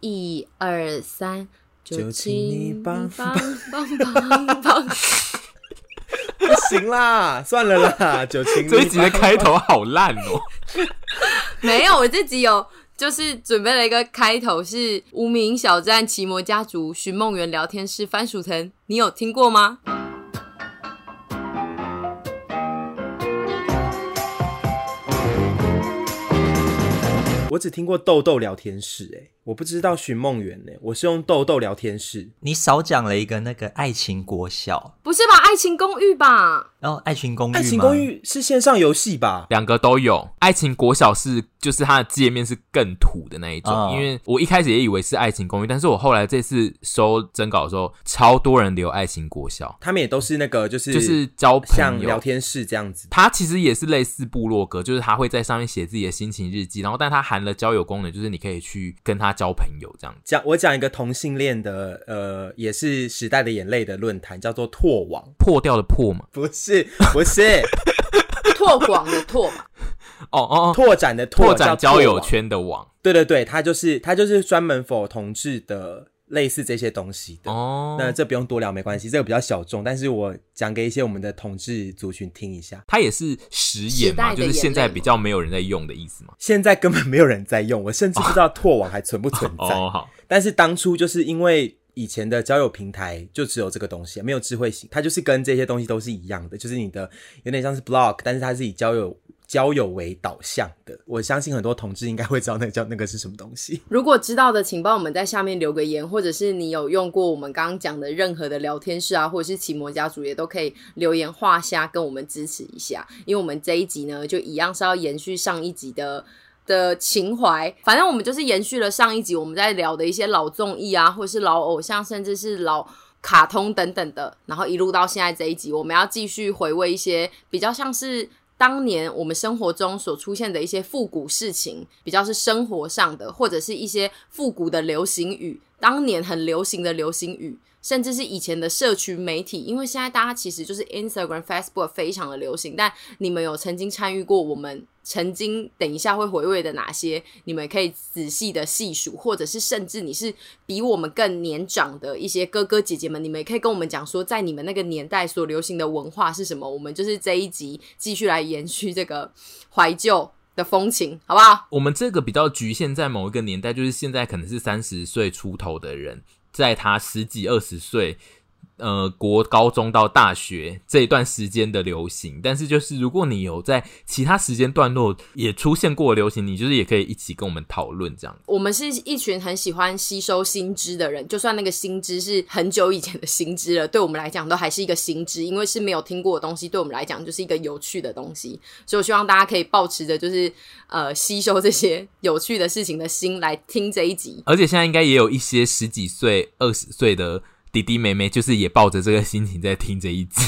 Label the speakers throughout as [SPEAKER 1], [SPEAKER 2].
[SPEAKER 1] 一二三，
[SPEAKER 2] 就请你帮
[SPEAKER 1] 帮帮帮帮。
[SPEAKER 2] 不行啦， 算了 啦，九情
[SPEAKER 3] 这一集的开头好烂哦。
[SPEAKER 1] 没有，我自己有就是准备了一个开头是无名小站奇摩家族寻梦园聊天室番薯藤，你有听过吗？
[SPEAKER 2] 我只听过豆豆聊天室、欸，哎，我不知道寻梦园呢、我是用豆豆聊天室。
[SPEAKER 4] 你少讲了一个那个爱情国小，
[SPEAKER 1] 不是吧？爱情公寓吧？
[SPEAKER 4] 然后爱情公寓吗，
[SPEAKER 2] 爱情公寓是线上游戏吧？
[SPEAKER 3] 两个都有。爱情国小是就是它的界面是更土的那一种，
[SPEAKER 4] 哦
[SPEAKER 3] 因为我一开始也以为是爱情公寓，但是我后来这次收征稿的时候，超多人留爱情国小，
[SPEAKER 2] 他们也都是那个，就是
[SPEAKER 3] 就是交
[SPEAKER 2] 像
[SPEAKER 3] 朋
[SPEAKER 2] 聊
[SPEAKER 3] 友。
[SPEAKER 2] 天室这样子。
[SPEAKER 3] 它其实也是类似部落格，就是他会在上面写自己的心情日记，然后但它含了交友功能，就是你可以去跟他交朋友这样子。
[SPEAKER 2] 讲我讲一个同性恋的，呃，也是时代的眼泪的论坛，叫做拓网，
[SPEAKER 3] 破掉的破嘛，
[SPEAKER 2] 不 是不是
[SPEAKER 1] 拓广的拓吧？
[SPEAKER 3] 哦哦哦，
[SPEAKER 2] 拓展的拓
[SPEAKER 3] 拓展交友。
[SPEAKER 2] 叫拓网
[SPEAKER 3] 圈的网
[SPEAKER 2] 对对对，它就是它就是专门否同志的类似这些东西的。
[SPEAKER 3] 哦。
[SPEAKER 2] 那这不用多聊，没关系，这个比较小众，但是我讲给一些我们的同志族群听一下。
[SPEAKER 3] 它也是食眼嘛，
[SPEAKER 1] 时代的
[SPEAKER 3] 就是现在
[SPEAKER 1] 眼泪
[SPEAKER 3] 比较没有人在用的意思嘛。
[SPEAKER 2] 现在根本没有人在用，我甚至不知道拓网还存不存在。
[SPEAKER 3] 哦，好，
[SPEAKER 2] 但是当初就是因为以前的交友平台就只有这个东西，没有智慧型，它就是跟这些东西都是一样的，就是你的有点像是 blog，但是它是以交友交友为导向的。我相信很多同志应该会知道那个叫那个是什么东西。
[SPEAKER 1] 如果知道的，请帮我们在下面留个言，或者是你有用过我们刚刚讲的任何的聊天室啊，或者是奇摩家族，也都可以留言画下，跟我们支持一下。因为我们这一集呢，就一样是要延续上一集的。的情怀，反正我们就是延续了上一集我们在聊的一些老综艺啊，或者是老偶像，甚至是老卡通等等的，然后一路到现在这一集，我们要继续回味一些比较像是当年我们生活中所出现的一些复古事情，比较是生活上的，或者是一些复古的流行语，当年很流行的流行语。甚至是以前的社群媒体，因为现在大家其实就是 Instagram、Facebook 非常的流行，但你们有曾经参与过我们曾经等一下会回味的哪些？你们可以仔细的细数，或者是甚至你是比我们更年长的一些哥哥姐姐们，你们也可以跟我们讲说，在你们那个年代所流行的文化是什么？我们就是这一集继续来延续这个怀旧的风情，好不好？
[SPEAKER 3] 我们这个比较局限在某一个年代，就是现在可能是三十岁出头的人，在他十几二十岁，呃，国高中到大学这一段时间的流行。但是就是如果你有在其他时间段落也出现过的流行，你就是也可以一起跟我们讨论这样。
[SPEAKER 1] 我们是一群很喜欢吸收新知的人，就算那个新知是很久以前的新知了，对我们来讲都还是一个新知，因为是没有听过的东西，对我们来讲就是一个有趣的东西。所以我希望大家可以保持着就是呃吸收这些有趣的事情的心来听这一集。
[SPEAKER 3] 而且现在应该也有一些十几岁、二十岁的弟弟妹妹，就是也抱着这个心情在听这一集。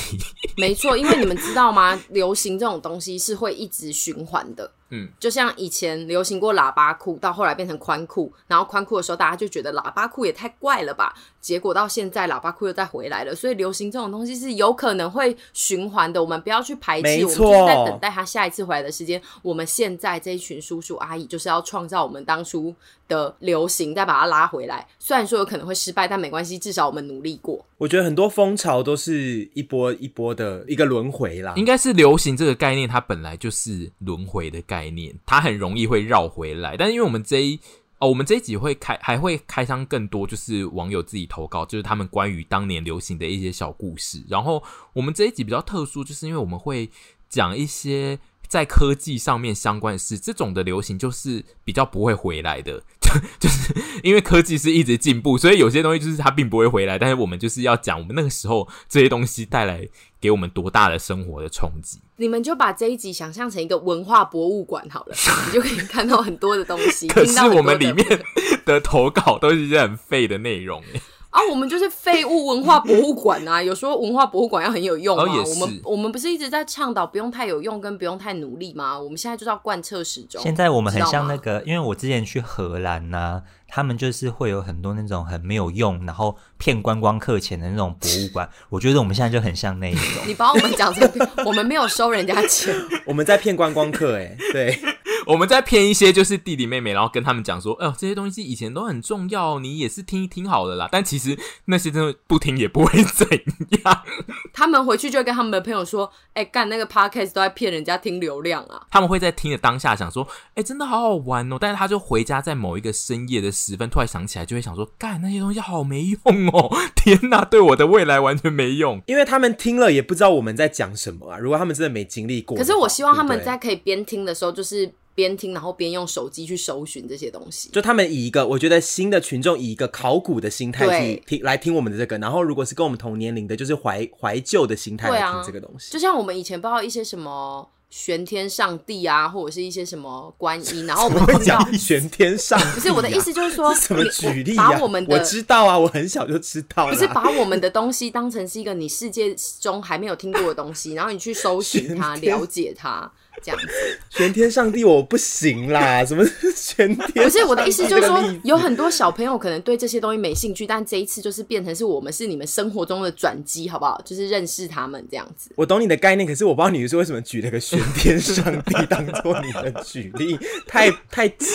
[SPEAKER 1] 没错，因为你们知道吗？ 流行这种东西是会一直循环的。
[SPEAKER 3] 嗯，
[SPEAKER 1] 就像以前流行过喇叭裤，到后来变成宽裤，然后宽裤的时候大家就觉得喇叭裤也太怪了吧，结果到现在喇叭裤又再回来了，所以流行这种东西是有可能会循环的，我们不要去排斥，
[SPEAKER 2] 没
[SPEAKER 1] 我们
[SPEAKER 2] 错
[SPEAKER 1] 就是在等待它下一次回来的时间。我们现在这一群叔叔阿姨就是要创造我们当初的流行，再把它拉回来。虽然说有可能会失败，但没关系，至少我们努力过。
[SPEAKER 2] 我觉得很多风潮都是一波一波的一个轮回啦。
[SPEAKER 3] 应该是流行这个概念，它本来就是轮回的概念，它很容易会绕回来。但是因为我们这一哦，我们这一集会开还会开箱更多，就是网友自己投稿，就是他们关于当年流行的一些小故事。然后我们这一集比较特殊，就是因为我们会讲一些。在科技上面相关的事，这种的流行就是比较不会回来的， 就是因为科技是一直进步，所以有些东西就是它并不会回来。但是我们就是要讲我们那个时候这些东西带来给我们多大的生活的冲击。
[SPEAKER 1] 你们就把这一集想象成一个文化博物馆好了，你就可以看到很多的东西。
[SPEAKER 3] 可
[SPEAKER 1] 听
[SPEAKER 3] 是
[SPEAKER 1] 到很多
[SPEAKER 3] 我
[SPEAKER 1] 的
[SPEAKER 3] 们里面的投稿都是一些很废的内容， 哎
[SPEAKER 1] 啊，我们就是废物文化博物馆啊。有时候文化博物馆要很有用啊。
[SPEAKER 3] 哦也是
[SPEAKER 1] 我们我们不是一直在倡导不用太有用跟不用太努力吗？我们现在就是要贯彻始终。
[SPEAKER 4] 现在我们很像那
[SPEAKER 1] 知道吗
[SPEAKER 4] 个，因为我之前去荷兰呐、他们就是会有很多那种很没有用，然后骗观光客钱的那种博物馆。 我觉得我们现在就很像那一种。
[SPEAKER 1] 你把我们讲成我们没有收人家钱，
[SPEAKER 2] 我们在骗观光客、欸，哎，对，
[SPEAKER 3] 我们再骗一些就是弟弟妹妹，然后跟他们讲说，哦、这些东西以前都很重要，你也是听一听好了啦。但其实那些真的不听也不会怎样，
[SPEAKER 1] 他们回去就会跟他们的朋友说：“哎、干那个 podcast 都在骗人家听流量啊。
[SPEAKER 3] 他们会在听的当下想说，哎、真的好好玩哦。但是他就回家在某一个深夜的时分，突然想起来，就会想说，干那些东西好没用哦， 天哪，对我的未来完全没用。
[SPEAKER 2] 因为他们听了也不知道我们在讲什么啊。如果他们真的没经历过的
[SPEAKER 1] 可
[SPEAKER 2] 话，
[SPEAKER 1] 是我希望他
[SPEAKER 2] 对不
[SPEAKER 1] 们
[SPEAKER 2] 对
[SPEAKER 1] 在可以边听的时候，就是边听，然后边用手机去搜寻这些东西。
[SPEAKER 2] 就他们以一个我觉得新的群众以一个考古的心态去
[SPEAKER 1] 对
[SPEAKER 2] 听来听我们的这个，然后如果是跟我们同年龄的，就是怀怀旧的心态
[SPEAKER 1] 对
[SPEAKER 2] 来
[SPEAKER 1] 啊
[SPEAKER 2] 听这个东西。
[SPEAKER 1] 就像我们以前不知道一些什么玄天上帝啊，或者是一些什么观音，然后我
[SPEAKER 2] 我
[SPEAKER 1] 们
[SPEAKER 2] 会
[SPEAKER 1] 听到
[SPEAKER 2] 讲，玄天上帝啊、
[SPEAKER 1] 不是我的意思就是说，
[SPEAKER 2] 这什么举例
[SPEAKER 1] 你
[SPEAKER 2] 呀、
[SPEAKER 1] 把我们的
[SPEAKER 2] 知道啊，我很小就知道了。
[SPEAKER 1] 不是把我们的东西当成是一个你世界中还没有听过的东西，然后你去搜寻它、
[SPEAKER 2] 玄天
[SPEAKER 1] 了解它，这样子。
[SPEAKER 2] 玄天上帝，我不行啦！什么是玄天？
[SPEAKER 1] 不是我的意思，就是说
[SPEAKER 2] 这个例子
[SPEAKER 1] 有很多小朋友可能对这些东西没兴趣，但这一次就是变成是我们是你们生活中的转机，好不好？就是认识他们这样子。
[SPEAKER 2] 我懂你的概念，可是我不知道你是为什么举了个玄天上帝当做你的举例，太太奇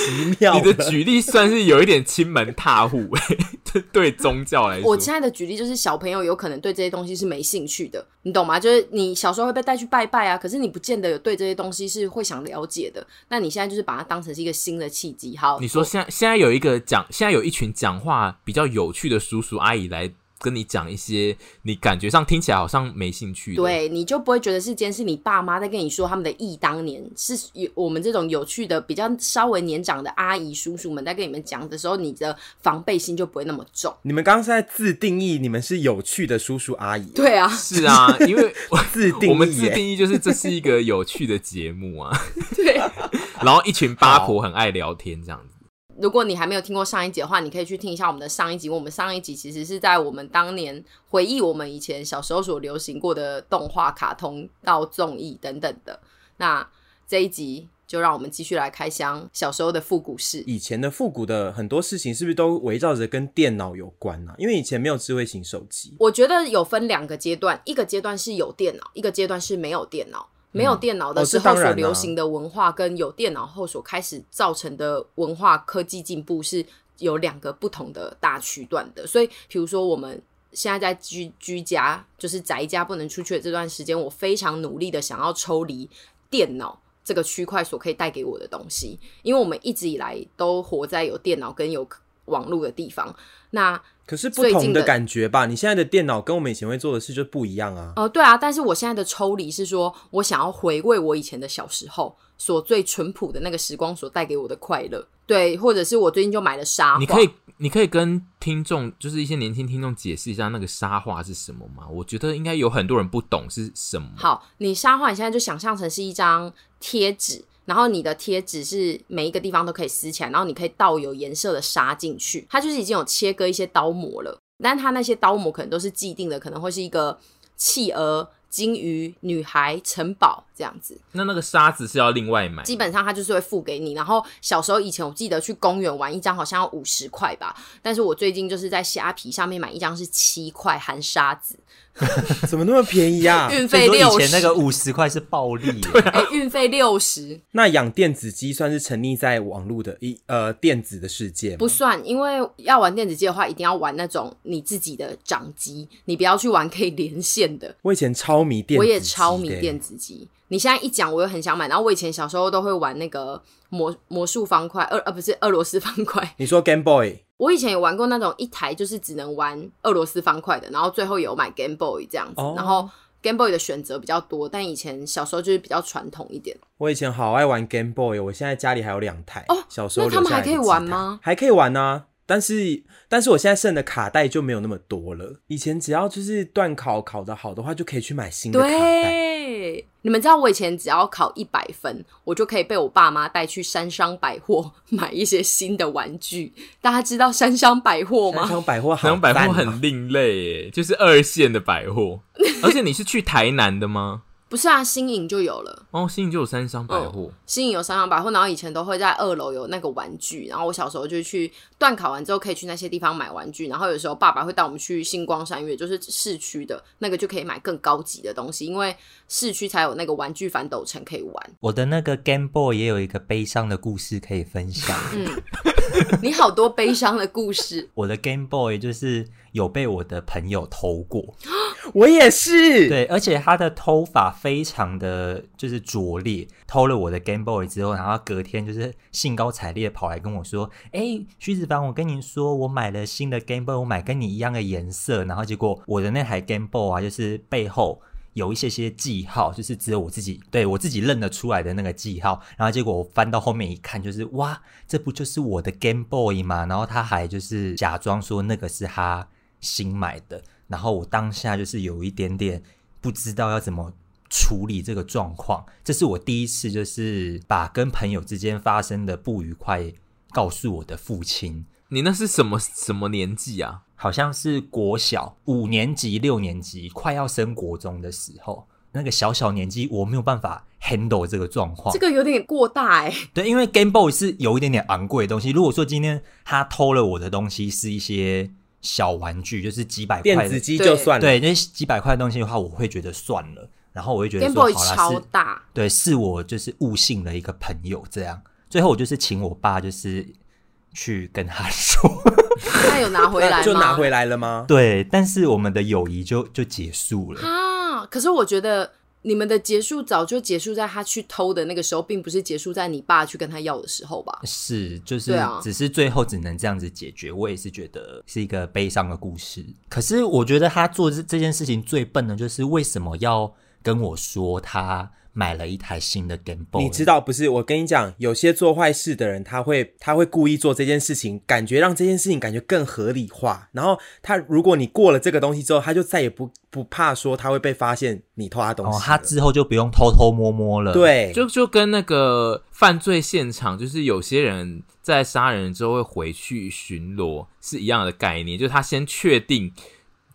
[SPEAKER 2] 妙
[SPEAKER 3] 你
[SPEAKER 2] 了。
[SPEAKER 3] 的举例算是有一点亲门踏户， 这对宗教来说，
[SPEAKER 1] 我现在的举例就是小朋友有可能对这些东西是没兴趣的，你懂吗？就是你小时候会被带去拜拜啊，可是你不见得有对这些东西是会想了解的。那你现在就是把它当成是一个新的契机，好？
[SPEAKER 3] 你说现在现在有一个讲，现在有一群讲话比较有趣的叔叔阿姨来跟你讲一些你感觉上听起来好像没兴趣的，，
[SPEAKER 1] 对，你就不会觉得是今天是你爸妈在跟你说他们的忆当年，是有我们这种有趣的、比较稍微年长的阿姨叔叔们在跟你们讲的时候，你的防备心就不会那么重。
[SPEAKER 2] 你们刚刚是在自定义你们是有趣的叔叔阿姨，
[SPEAKER 1] 对啊，
[SPEAKER 3] 是啊，因为我
[SPEAKER 2] 自定义耶
[SPEAKER 3] 我们自定义就是这是一个有趣的节目啊，
[SPEAKER 1] 对。
[SPEAKER 3] 然后一群八婆很爱聊天这样子。
[SPEAKER 1] 如果你还没有听过上一集的话，你可以去听一下我们的上一集。我们上一集其实是在我们当年回忆我们以前小时候所流行过的动画、卡通到综艺等等的。那这一集就让我们继续来开箱小时候的复古事。
[SPEAKER 2] 以前的复古的很多事情是不是都围绕着跟电脑有关啊？因为以前没有智慧型手机，
[SPEAKER 1] 我觉得有分两个阶段，一个阶段是有电脑，一个阶段是没有电脑。没有电脑的
[SPEAKER 2] 哦
[SPEAKER 1] 时
[SPEAKER 2] 这
[SPEAKER 1] 候
[SPEAKER 2] 当然
[SPEAKER 1] 所
[SPEAKER 2] 啊
[SPEAKER 1] 流行的文化，跟有电脑后所开始造成的文化科技进步是有两个不同的大区段的。所以，比如说我们现在在居居家，就是宅家不能出去的这段时间，我非常努力的想要抽离电脑这个区块所可以带给我的东西，因为我们一直以来都活在有电脑跟有网络的地方。那
[SPEAKER 2] 可是不
[SPEAKER 1] 最近
[SPEAKER 2] 同的
[SPEAKER 1] 的
[SPEAKER 2] 感觉吧。你现在的电脑跟我们以前会做的事就不一样啊。
[SPEAKER 1] 呃，对啊，但是我现在的抽离是说，我想要回味我以前的小时候所最淳朴的那个时光所带给我的快乐，对，或者是我最近就买了沙画，
[SPEAKER 3] 你可以你可以跟听众，就是一些年轻听众解释一下那个沙画是什么吗？我觉得应该有很多人不懂是什么。
[SPEAKER 1] 好，你沙画你现在就想象成是一张贴纸，然后你的贴纸是每一个地方都可以撕起来，然后你可以倒有颜色的沙进去，它就是已经有切割一些刀模了，但它那些刀模可能都是既定的，可能会是一个企鹅、金鱼、女孩、城堡这样子。
[SPEAKER 3] 那那个沙子是要另外买，
[SPEAKER 1] 基本上他就是会付给你。然后小时候以前我记得去公园玩一张好像要五十块吧，但是我最近就是在虾皮上面买一张是七块含沙子，
[SPEAKER 2] 怎么那么便宜啊？
[SPEAKER 1] 运
[SPEAKER 4] 所
[SPEAKER 1] 费
[SPEAKER 4] 以说
[SPEAKER 1] 六
[SPEAKER 4] 以前
[SPEAKER 1] 十，
[SPEAKER 4] 那个五十块是暴利耶，
[SPEAKER 1] 哎，运费六十
[SPEAKER 2] 那养电子机算是沉溺在网络的一呃电子的世界吗？
[SPEAKER 1] 不算，因为要玩电子机的话，一定要玩那种你自己的掌机，你不要去玩可以连线的。
[SPEAKER 2] 我以前超迷电子
[SPEAKER 1] 我
[SPEAKER 2] 机的，
[SPEAKER 1] 也超迷电子机。你现在一讲，我又很想买。然后我以前小时候都会玩那个魔魔术方块，俄呃不是俄罗斯方块，
[SPEAKER 2] 你说 Game Boy，
[SPEAKER 1] 我以前有玩过那种一台就是只能玩俄罗斯方块的，然后最后有买 Game Boy 这样子，
[SPEAKER 2] 哦
[SPEAKER 1] 然后 Game Boy 的选择比较多，但以前小时候就是比较传统一点。
[SPEAKER 2] 我以前好爱玩 Game Boy，我现在家里还有两台。
[SPEAKER 1] 哦
[SPEAKER 2] 小时候
[SPEAKER 1] 那他们
[SPEAKER 2] 留下来
[SPEAKER 1] 还
[SPEAKER 2] 的
[SPEAKER 1] 可以
[SPEAKER 2] 机
[SPEAKER 1] 玩
[SPEAKER 2] 台
[SPEAKER 1] 吗？
[SPEAKER 2] 还可以玩啊。但是，但是我现在剩的卡带就没有那么多了。以前只要就是段考考得好的话，就可以去买新的卡带。
[SPEAKER 1] 对，你们知道我以前只要考一百分，我就可以被我爸妈带去山商百货买一些新的玩具。大家知道山商百货
[SPEAKER 2] 南
[SPEAKER 1] 吗？
[SPEAKER 2] 昌百货好
[SPEAKER 3] 那种
[SPEAKER 2] 赞啊，
[SPEAKER 3] 百货很另类耶，就是二线的百货。而且你是去台南的吗？
[SPEAKER 1] 不是啊，新颖就有了。
[SPEAKER 3] 哦，新营就有三商百货，
[SPEAKER 1] 新颖有商场百货，然后以前都会在二楼有那个玩具，然后我小时候就去断考完之后可以去那些地方买玩具，然后有时候爸爸会带我们去星光三月，就是市区的那个就可以买更高级的东西，因为市区才有那个玩具反斗城可以玩。
[SPEAKER 4] 我的那个 Game Boy 也有一个悲伤的故事可以分享。
[SPEAKER 1] 嗯你好多悲伤的故事，
[SPEAKER 4] 我的 Game Boy 就是有被我的朋友偷过，
[SPEAKER 2] 我也是，
[SPEAKER 4] 对，而且他的偷法非常的就是拙劣，偷了我的 Game Boy 之后，然后他隔天就是兴高采烈地跑来跟我说：“哎、徐子凡，我跟你说，我买了新的 Game Boy，我买跟你一样的颜色。”然后结果我的那台 Game Boy 啊，就是背后。有一些些记号，就是只有我自己对我自己认得出来的那个记号。然后结果我翻到后面一看，就是哇，这不就是我的 Game Boy 吗？然后他还就是假装说那个是他新买的。然后我当下就是有一点点不知道要怎么处理这个状况。这是我第一次就是把跟朋友之间发生的不愉快告诉我的父亲。
[SPEAKER 3] 你那是什么什么年纪啊？
[SPEAKER 4] 好像是国小五年级、六年级快要升国中的时候，那个小小年纪我没有办法 handle 这个状况。
[SPEAKER 1] 这个有点过大哎、
[SPEAKER 4] 对，因为 Game Boy 是有一点点昂贵的东西。如果说今天他偷了我的东西是一些小玩具，就是几百块
[SPEAKER 2] 电
[SPEAKER 4] 的
[SPEAKER 2] 子机就算了，
[SPEAKER 4] 对，那几百块的东西的话，我会觉得算了，然后我会觉
[SPEAKER 1] g
[SPEAKER 4] 得
[SPEAKER 1] a m e Boy
[SPEAKER 4] 说好
[SPEAKER 1] 超
[SPEAKER 4] 啦，是，
[SPEAKER 1] 大，
[SPEAKER 4] 对，是我就是误信了一个朋友这样。最后我就是请我爸，就是去跟他说，
[SPEAKER 1] 那有拿回来吗？
[SPEAKER 2] 就拿回来了吗？
[SPEAKER 4] 对，但是我们的友谊就就结束了。
[SPEAKER 1] 啊！可是我觉得你们的结束早就结束在他去偷的那个时候，并不是结束在你爸去跟他要的时候吧？
[SPEAKER 4] 是，就是、
[SPEAKER 1] 对啊
[SPEAKER 4] 只是最后只能这样子解决。我也是觉得是一个悲伤的故事。可是我觉得他做这这件事情最笨的，就是为什么要跟我说他买了一台新的 Game Boy？
[SPEAKER 2] 你知道不是？我跟你讲，有些做坏事的人，他会他会故意做这件事情，感觉让这件事情感觉更合理化。然后他如果你过了这个东西之后，他就再也不不怕说他会被发现你偷他东西了。
[SPEAKER 4] 哦，他之后就不用偷偷摸摸了。，
[SPEAKER 2] 对，
[SPEAKER 3] 就就跟那个犯罪现场，就是有些人在杀人之后会回去巡逻是一样的概念，就是他先确定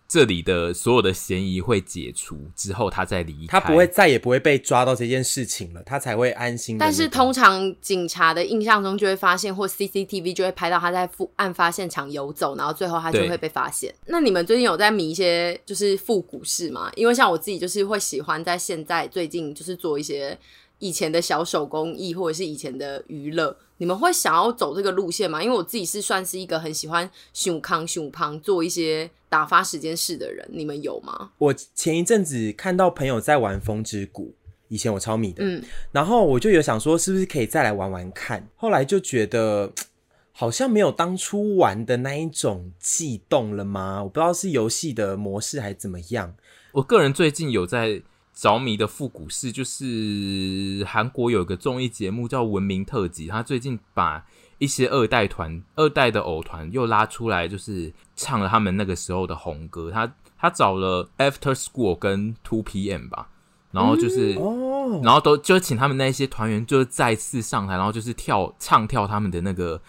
[SPEAKER 3] 这里的所有的嫌疑会解除之后，他再离
[SPEAKER 2] 他
[SPEAKER 3] 开。
[SPEAKER 2] 不会再也不会被抓到这件事情了，他才会安心地那
[SPEAKER 1] 但
[SPEAKER 2] 个。
[SPEAKER 1] 是通常警察的印象中就会发现，或 CCTV 就会拍到他在复案发现场游走，然后最后他就
[SPEAKER 3] 对
[SPEAKER 1] 会被发现。那你们最近有在迷一些就是复古式吗？因为像我自己就是会喜欢在现在最近就是做一些以前的小手工艺或者是以前的娱乐。你们会想要走这个路线吗？因为我自己是算是一个很喜欢熊康熊康做一些打发时间事的人，你们有吗？
[SPEAKER 2] 我前一阵子看到朋友在玩《风之谷》，以前我超迷的，
[SPEAKER 1] 嗯，
[SPEAKER 2] 然后我就有想说，是不是可以再来玩玩看？后来就觉得好像没有当初玩的那一种悸动了吗？我不知道是游戏的模式还是怎么样。
[SPEAKER 3] 我个人最近有在着迷的复古是，就是韩国有一个综艺节目叫《文明特辑》，他最近把一些二代团、二代的偶团又拉出来，就是唱了他们那个时候的红歌。他他找了 After School 跟 Two PM 吧，然后就是。
[SPEAKER 2] 哦，
[SPEAKER 3] 然后都就请他们那一些团员就是再次上台，然后就是跳唱跳他们的那个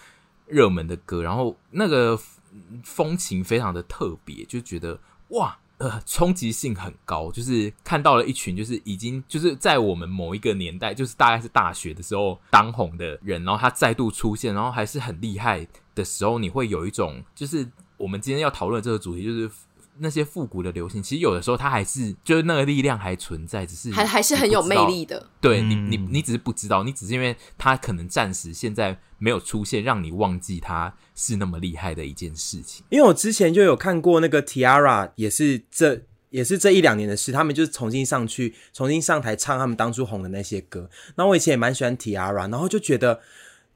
[SPEAKER 3] 热门的歌，然后那个嗯风情非常的特别，就觉得哇，呃，冲击性很高，就是看到了一群就是已经就是在我们某一个年代，就是大概是大学的时候当红的人，然后他再度出现，然后还是很厉害的时候，你会有一种就是我们今天要讨论的这个主题就是。那些复古的流行，其实有的时候它还是就是那个力量还存在，只是
[SPEAKER 1] 还还是
[SPEAKER 3] 你
[SPEAKER 1] 很有
[SPEAKER 3] 不知
[SPEAKER 1] 魅
[SPEAKER 3] 道
[SPEAKER 1] 力的。
[SPEAKER 3] 对你，
[SPEAKER 4] 嗯
[SPEAKER 3] 你你只是不知道，你只是因为他可能暂时现在没有出现，让你忘记他是那么厉害的一件事情。
[SPEAKER 2] 因为我之前就有看过那个 Tiara，也是这也是这一两年的事，他们就是重新上去，重新上台唱他们当初红的那些歌。那我以前也蛮喜欢 Tiara，然后就觉得。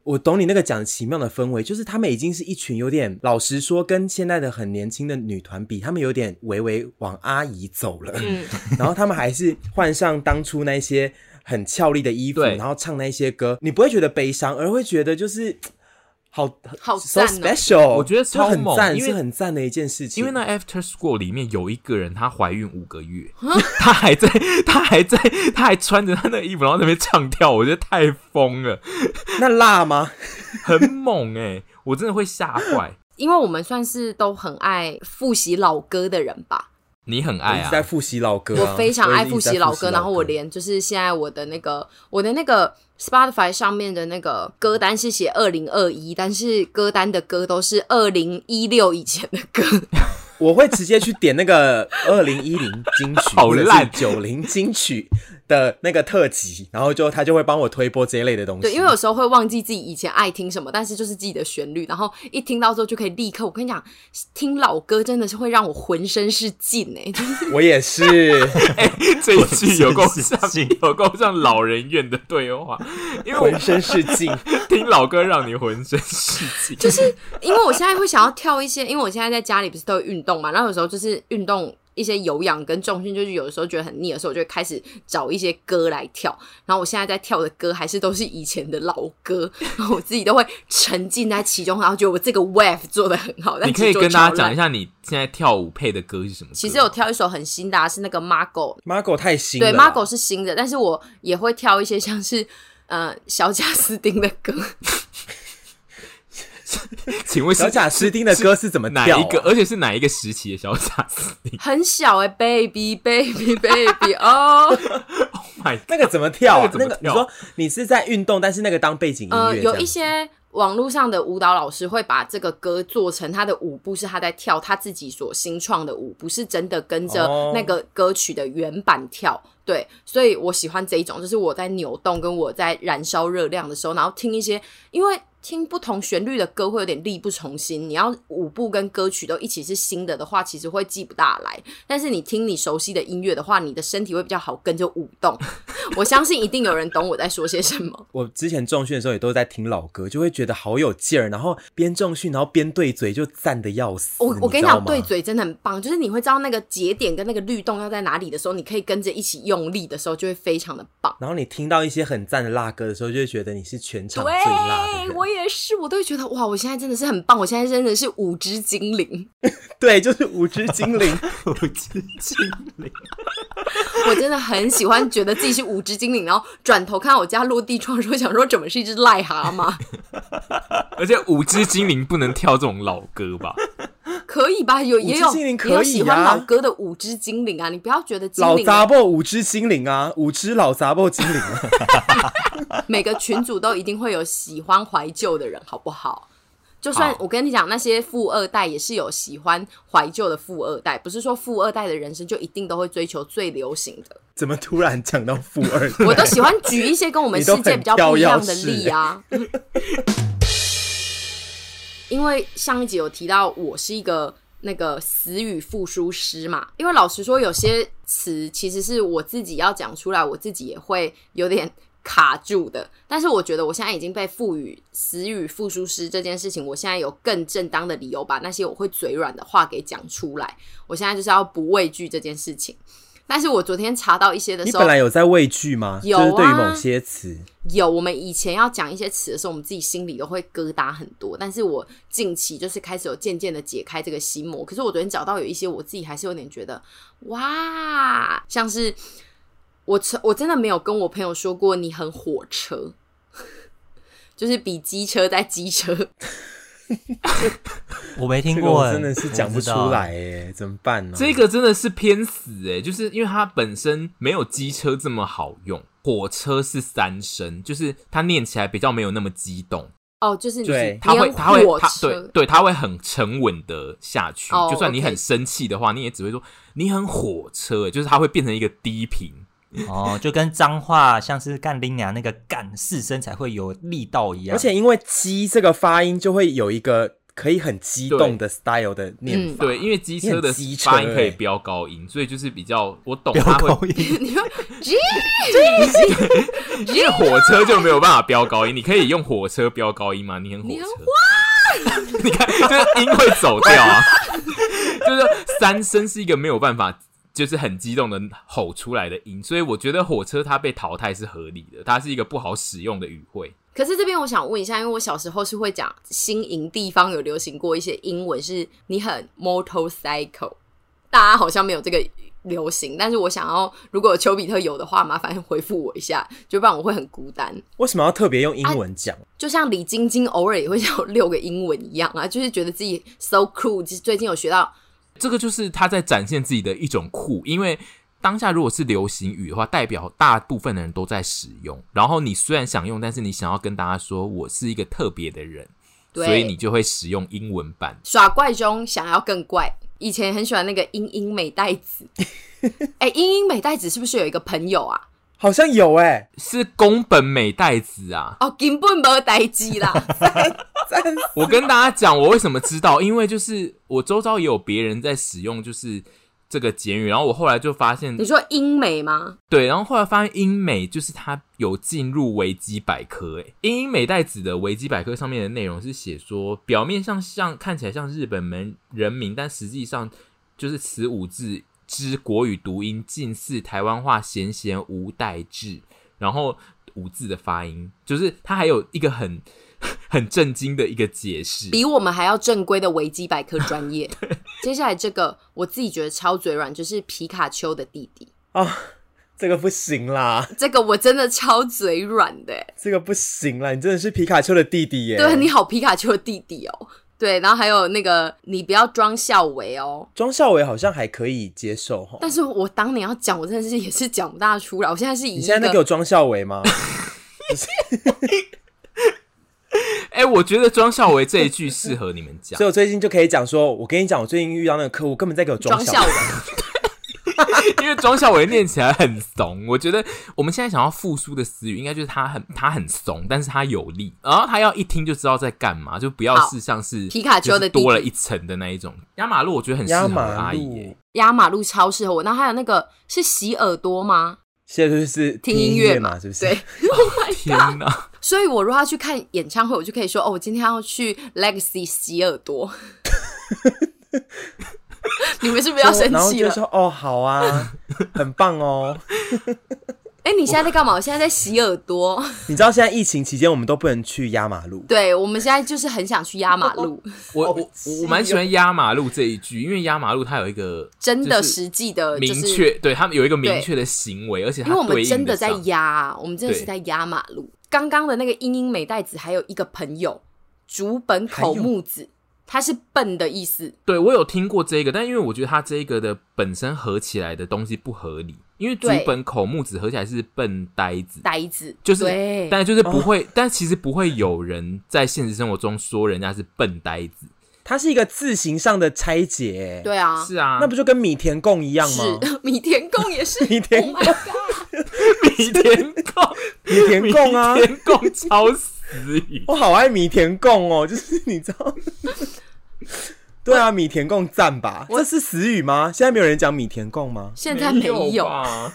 [SPEAKER 2] 我懂你那个讲奇妙的氛围，就是他们已经是一群有点，老实说，跟现在的很年轻的女团比，他们有点微微往阿姨走了。
[SPEAKER 1] 嗯，
[SPEAKER 2] 然后他们还是换上当初那些很俏丽的衣服，
[SPEAKER 3] 对
[SPEAKER 2] 然后唱那些歌，你不会觉得悲伤，而会觉得就是好
[SPEAKER 1] 好
[SPEAKER 2] so
[SPEAKER 1] 赞哦
[SPEAKER 2] special，
[SPEAKER 3] 我觉得
[SPEAKER 2] 就
[SPEAKER 3] 超
[SPEAKER 2] 很
[SPEAKER 3] 猛
[SPEAKER 2] 赞，
[SPEAKER 3] 因为
[SPEAKER 2] 是很赞的一件事情。
[SPEAKER 3] 因为那 After School 里面有一个人，她怀孕五个月，
[SPEAKER 1] 啊
[SPEAKER 3] 她还在，她还在，她还穿着她那衣服，然后在那边唱跳，我觉得太疯了，
[SPEAKER 2] 那辣吗？
[SPEAKER 3] 很猛哎、我真的会吓坏。
[SPEAKER 1] 因为我们算是都很爱复习老歌的人吧，
[SPEAKER 3] 你很
[SPEAKER 2] 我
[SPEAKER 3] 爱
[SPEAKER 2] 一直
[SPEAKER 3] 啊
[SPEAKER 2] 在，复习老歌啊、
[SPEAKER 1] 我非常爱
[SPEAKER 2] 一直
[SPEAKER 1] 复
[SPEAKER 2] 在
[SPEAKER 1] 习老歌，然后我
[SPEAKER 2] 歌
[SPEAKER 1] 连就是现在我的那个我的那个 Spotify 上面的那个歌单是写二零二一，但是歌单的歌都是二零一六以前的 歌，
[SPEAKER 2] 我会直接去点那个二零一零金 曲，
[SPEAKER 3] 好烂
[SPEAKER 2] 九零金曲的那个特辑，然后就他就会帮我推播这一类的东西。
[SPEAKER 1] 对，因为有时候会忘记自己以前爱听什么，但是就是记得旋律，然后一听到之后就可以立刻，我跟你讲，听老歌真的是会让我浑身是劲哎、就是
[SPEAKER 2] 我 也是，
[SPEAKER 3] 哎这一期有够
[SPEAKER 4] 是
[SPEAKER 3] 像
[SPEAKER 4] 是
[SPEAKER 3] 有够像老人院的对话，因为我
[SPEAKER 2] 浑身是劲。
[SPEAKER 3] 听老歌让你浑身 是
[SPEAKER 1] 就
[SPEAKER 3] 劲。
[SPEAKER 1] 是因为我现在会想要跳一些，因为我现在在家里不是都有运动嘛，然后有时候就是运动一些有氧跟重训，就是有的时候觉得很腻的时候，我就会开始找一些歌来跳。然后我现在在跳的歌还是都是以前的老歌， 然后我自己都会沉浸在其中，然后觉得我这个 wave 做的很好。但
[SPEAKER 3] 你可
[SPEAKER 1] 其
[SPEAKER 3] 以
[SPEAKER 1] 实做
[SPEAKER 3] 跟大家
[SPEAKER 1] 超
[SPEAKER 3] 讲
[SPEAKER 1] 烂
[SPEAKER 3] 一。下你现在跳舞配的歌是什么歌吗？
[SPEAKER 1] 其实有跳一首很新的、啊，是那个 Margot，
[SPEAKER 2] Margot 太新了
[SPEAKER 1] 对
[SPEAKER 2] 啦
[SPEAKER 1] ，Margot 是新的，但是我也会跳一些像是呃小贾斯汀的 歌，
[SPEAKER 3] 请问是
[SPEAKER 2] 小贾斯汀的歌是怎么
[SPEAKER 3] 哪
[SPEAKER 2] 跳啊
[SPEAKER 3] 一个？而且是哪一个时期的小贾斯汀
[SPEAKER 1] 很小哎、b a b y baby baby 哦、
[SPEAKER 3] ？Oh my
[SPEAKER 2] 那个怎么跳啊？
[SPEAKER 3] 那
[SPEAKER 2] 那
[SPEAKER 3] 个
[SPEAKER 2] 个
[SPEAKER 3] 怎
[SPEAKER 2] 你
[SPEAKER 3] 么跳
[SPEAKER 2] 说你是在运动，但是那个当背景音乐、
[SPEAKER 1] 呃，有一
[SPEAKER 2] 这样
[SPEAKER 1] 些网络上的舞蹈老师会把这个歌做成他的舞步是他在跳他自己所新创的舞，不是真的跟着
[SPEAKER 2] 哦
[SPEAKER 1] 那个歌曲的原版跳。对，所以我喜欢这一种，就是我在扭动跟我在燃烧热量的时候，然后听一些，因为听不同旋律的歌会有点力不从心。你要舞步跟歌曲都一起是新的的话，其实会记不大来。但是你听你熟悉的音乐的话，你的身体会比较好跟着舞动。我相信一定有人懂我在说些什么。
[SPEAKER 2] 我之前重训的时候也都在听老歌，就会觉得好有劲儿，然后边重训然后边对嘴，就赞的要死。
[SPEAKER 1] 我我跟你
[SPEAKER 2] 你知道
[SPEAKER 1] 讲，
[SPEAKER 2] 吗
[SPEAKER 1] 对嘴真的很棒，就是你会知道那个节点跟那个律动要在哪里的时候，你可以跟着一起用力的时候，就会非常的棒。
[SPEAKER 2] 然后你听到一些很赞的辣歌的时候，就会觉得你是全场最辣的
[SPEAKER 1] 对，
[SPEAKER 2] 人。
[SPEAKER 1] 我也是，我都会觉得哇，我现在真的是很棒，我现在真的是五只精灵，
[SPEAKER 2] 对，就是五只 精灵。
[SPEAKER 1] 啊
[SPEAKER 4] 五只精灵，
[SPEAKER 1] 我真的很喜欢，觉得自己是五只精灵，然后转头看到我家落地窗的时候，想说怎么是一只癞蛤蟆？
[SPEAKER 3] 而且五只精灵不能跳这种老歌 吧？
[SPEAKER 1] 可以吧？有也有
[SPEAKER 2] 五只精灵可以
[SPEAKER 1] 也
[SPEAKER 2] 啊
[SPEAKER 1] 有喜欢老歌的五只精灵啊，你不要觉得精
[SPEAKER 2] 老
[SPEAKER 1] 灵
[SPEAKER 2] 杂货五只精灵啊，五只老杂货精灵、 啊。
[SPEAKER 1] 每个群主都一定会有喜欢怀旧的人，好不好？就算
[SPEAKER 3] 好
[SPEAKER 1] 我跟你讲，那些富二代也是有喜欢怀旧的富二代，不是说富二代的人生就一定都会追求最流行的。
[SPEAKER 2] 怎么突然讲到负二？
[SPEAKER 1] 我都喜欢举一些跟我们
[SPEAKER 2] 你都
[SPEAKER 1] 世
[SPEAKER 2] 很
[SPEAKER 1] 界比较不一样的例啊。 因为上一集有提到，我是一个那个死语复苏师嘛。因为老实说，有些词其实是我自己要讲出来，我自己也会有点卡住的。但是我觉得我现在已经被赋予死语复苏师这件事情，我现在有更正当的理由把那些我会嘴软的话给讲出来。我现在就是要不畏惧这件事情。但是我昨天查到一些的
[SPEAKER 2] 你
[SPEAKER 1] 时候
[SPEAKER 2] 本，来有在畏惧吗？
[SPEAKER 1] 有
[SPEAKER 2] 就是对于
[SPEAKER 1] 啊
[SPEAKER 2] 某些词，
[SPEAKER 1] 有，我们以前要讲一些词的时候，我们自己心里都会疙瘩很多。但是我近期就是开始有渐渐的解开这个心魔。可是我昨天找到有一些，我自己还是有点觉得，哇，像是我从我真的没有跟我朋友说过你很火车， 就是比机车在机车。
[SPEAKER 4] 我没听
[SPEAKER 2] 这个
[SPEAKER 4] 过
[SPEAKER 2] 我
[SPEAKER 4] 欸，
[SPEAKER 2] 真的是
[SPEAKER 4] 我
[SPEAKER 2] 讲不
[SPEAKER 4] 知
[SPEAKER 2] 出
[SPEAKER 4] 道欸
[SPEAKER 2] 来耶、怎么办呢、
[SPEAKER 3] 这个真的是偏死诶、就是因为它本身没有机车这么好用，火车是三声，就是它念起来比较没有那么激动，
[SPEAKER 1] 哦，就是你
[SPEAKER 2] 对
[SPEAKER 1] 是
[SPEAKER 3] 它会
[SPEAKER 1] 连
[SPEAKER 3] 它会
[SPEAKER 1] 火
[SPEAKER 3] 它
[SPEAKER 1] 车
[SPEAKER 3] 对对，它会很沉稳的下去。
[SPEAKER 1] 哦
[SPEAKER 3] 就算你
[SPEAKER 1] OK
[SPEAKER 3] 很生气的话，你也只会说你很火车、欸，就是它会变成一个低频。
[SPEAKER 4] 哦，就跟脏话像是干拎娘那个干四声才会有力道一样，
[SPEAKER 2] 而且因为“鸡”这个发音，就会有一个可以很激动的 style 的念
[SPEAKER 1] 嗯
[SPEAKER 2] 法。
[SPEAKER 3] 对，因为机
[SPEAKER 2] 你
[SPEAKER 3] 车
[SPEAKER 2] 很
[SPEAKER 3] 的
[SPEAKER 2] 机车
[SPEAKER 3] 发音可以
[SPEAKER 2] 欸
[SPEAKER 3] 飙高音，所以就是比较我懂
[SPEAKER 4] 飙
[SPEAKER 3] 它会
[SPEAKER 4] 高音，
[SPEAKER 1] 你说 G
[SPEAKER 3] 因为火车就没有办法飙高音，你可以用火车飙高音吗？你很火
[SPEAKER 1] 你很
[SPEAKER 3] 车， 你看就是音会走掉啊， 就是三声是一个没有办法，就是很激动的吼出来的音，所以我觉得火车它被淘汰是合理的，它是一个不好使用的语汇。
[SPEAKER 1] 可是这边我想问一下，因为我小时候是会讲新营地方有流行过一些英文，是你很 motorcycle，大家好像没有这个流行，但是我想要如果丘比特有的话，麻烦回复我一下，就不然我会很孤单。
[SPEAKER 2] 为什么要特别用英文讲？
[SPEAKER 1] 就像李晶晶偶尔也会有六个英文一样啊，就是觉得自己 so cool。最近有学到
[SPEAKER 3] 这个就是他在展现自己的一种酷，因为当下如果是流行语的话，代表大部分的人都在使用。然后你虽然想用，但是你想要跟大家说我是一个特别的人，
[SPEAKER 1] 对
[SPEAKER 3] 所以你就会使用英文版。
[SPEAKER 1] 耍怪中想要更怪。以前很喜欢那个英英美代子，哎、英英美代子是不是有一个朋友啊？
[SPEAKER 2] 好像有哎、
[SPEAKER 3] 是宫本美代子啊！
[SPEAKER 1] 哦，根本没代机啦，
[SPEAKER 3] 我跟大家讲，我为什么知道，因为就是我周遭也有别人在使用，就是这个简语，然后我后来就发现
[SPEAKER 1] 你，说英美吗？
[SPEAKER 3] 对，然后后来发现英美就是它有进入维基百科，诶，英美代子的维基百科上面的内容是写说，表面上像看起来像日本门人名，但实际上就是此五字之国语读音近似台湾话咸咸无代字，然后五字的发音，就是它还有一个很 很震惊的一个解释，
[SPEAKER 1] 比我们还要正规的维基百科专 业。接下来这个我自己觉得超嘴软，就是皮卡丘的弟弟，
[SPEAKER 2] 啊，这个不行啦，
[SPEAKER 1] 这个我真的超嘴软的、欸。
[SPEAKER 2] 这个不行啦，你真的是皮卡丘的弟弟耶、
[SPEAKER 1] 对，啊你好，皮卡丘的弟弟哦。对，然后还有那个你不要装孝维哦。
[SPEAKER 2] 庄孝伟好像还可以接受哈。
[SPEAKER 1] 但是我当年要讲，我真的是也是讲不大出来。我现在是以
[SPEAKER 2] 你
[SPEAKER 1] 一
[SPEAKER 2] 现在在给我装孝伟吗？
[SPEAKER 3] 哎、我觉得庄孝维这一句适合你们讲
[SPEAKER 2] 所以，我最近就可以讲说，我跟你讲，我最近遇到那个客户根本在给我
[SPEAKER 1] 装
[SPEAKER 2] 装
[SPEAKER 1] 孝
[SPEAKER 2] 孝
[SPEAKER 1] 维
[SPEAKER 2] 伟。，
[SPEAKER 3] 因为庄孝伟念起来很怂，我觉得我们现在想要复苏的词语，应该就是他很他很怂，但是他有力，然后他要一听就知道在干嘛，就不要
[SPEAKER 1] 好
[SPEAKER 3] 是像是
[SPEAKER 1] 皮卡丘的
[SPEAKER 3] 就是
[SPEAKER 1] 弟弟
[SPEAKER 3] 多了一层的那一种。压马路我觉得很适
[SPEAKER 2] 压
[SPEAKER 3] 合
[SPEAKER 2] 马
[SPEAKER 3] 阿姨、
[SPEAKER 2] 路
[SPEAKER 3] 耶，，
[SPEAKER 1] 压马路超适合我。然后还有那个是洗耳朵吗？
[SPEAKER 2] 现在就是
[SPEAKER 1] 听
[SPEAKER 2] 音
[SPEAKER 1] 音乐
[SPEAKER 2] 嘛，是不是？
[SPEAKER 1] 对，哎
[SPEAKER 3] 天哪！
[SPEAKER 1] 所以我如果要去看演唱会，我就可以说哦，我今天要去 Legacy 洗耳朵。 你们是不是要生
[SPEAKER 2] 然后
[SPEAKER 1] 气
[SPEAKER 2] 就
[SPEAKER 1] 了？
[SPEAKER 2] 说哦，好啊，很棒哦。
[SPEAKER 1] 哎、你现在在干嘛？我现在在洗耳朵。
[SPEAKER 2] 你知道现在疫情期间我们都不能去压马路，
[SPEAKER 1] 对，我们现在就是很想去压马路，
[SPEAKER 3] 我
[SPEAKER 2] 好
[SPEAKER 3] 我我
[SPEAKER 2] 气
[SPEAKER 3] 我蛮喜
[SPEAKER 2] 哦
[SPEAKER 3] 欢压马路这一句，因为压马路它有一个
[SPEAKER 1] 真的
[SPEAKER 3] 就是
[SPEAKER 1] 实际的，呃就
[SPEAKER 3] 明
[SPEAKER 1] 是
[SPEAKER 3] 确，对他们有一个
[SPEAKER 1] 对
[SPEAKER 3] 明确的行为，而且它
[SPEAKER 1] 因为我们
[SPEAKER 3] 对应
[SPEAKER 1] 真的
[SPEAKER 3] 得
[SPEAKER 1] 在
[SPEAKER 3] 上
[SPEAKER 1] 压啊，我们真的是在压马路。刚刚的那个英英美代子还有一个朋友竹本口木子，他是笨的意思。
[SPEAKER 3] 对我有听过这个，但因为我觉得它这个的本身合起来的东西不合理，因为竹
[SPEAKER 1] 对
[SPEAKER 3] 本口木子合起来是笨呆子，
[SPEAKER 1] 呆子
[SPEAKER 3] 就是
[SPEAKER 1] 对，
[SPEAKER 3] 但就是不会，但其实不会有人在现实生活中说人家是笨呆子，
[SPEAKER 2] 它是一个字形上的拆解。欸
[SPEAKER 1] 对啊，
[SPEAKER 3] 是啊，
[SPEAKER 2] 那 不就跟米田共一样吗？
[SPEAKER 1] 是 米田共也是
[SPEAKER 2] 米田
[SPEAKER 1] Oh my God
[SPEAKER 3] 米田 共，
[SPEAKER 2] 米田共啊
[SPEAKER 3] 米，田共超死语。
[SPEAKER 2] 我好爱米田共哦， 就是你知道。对啊，米田共赞吧，这是死语吗？现在没有人讲米田共吗？
[SPEAKER 1] 现在没有，
[SPEAKER 3] 吧？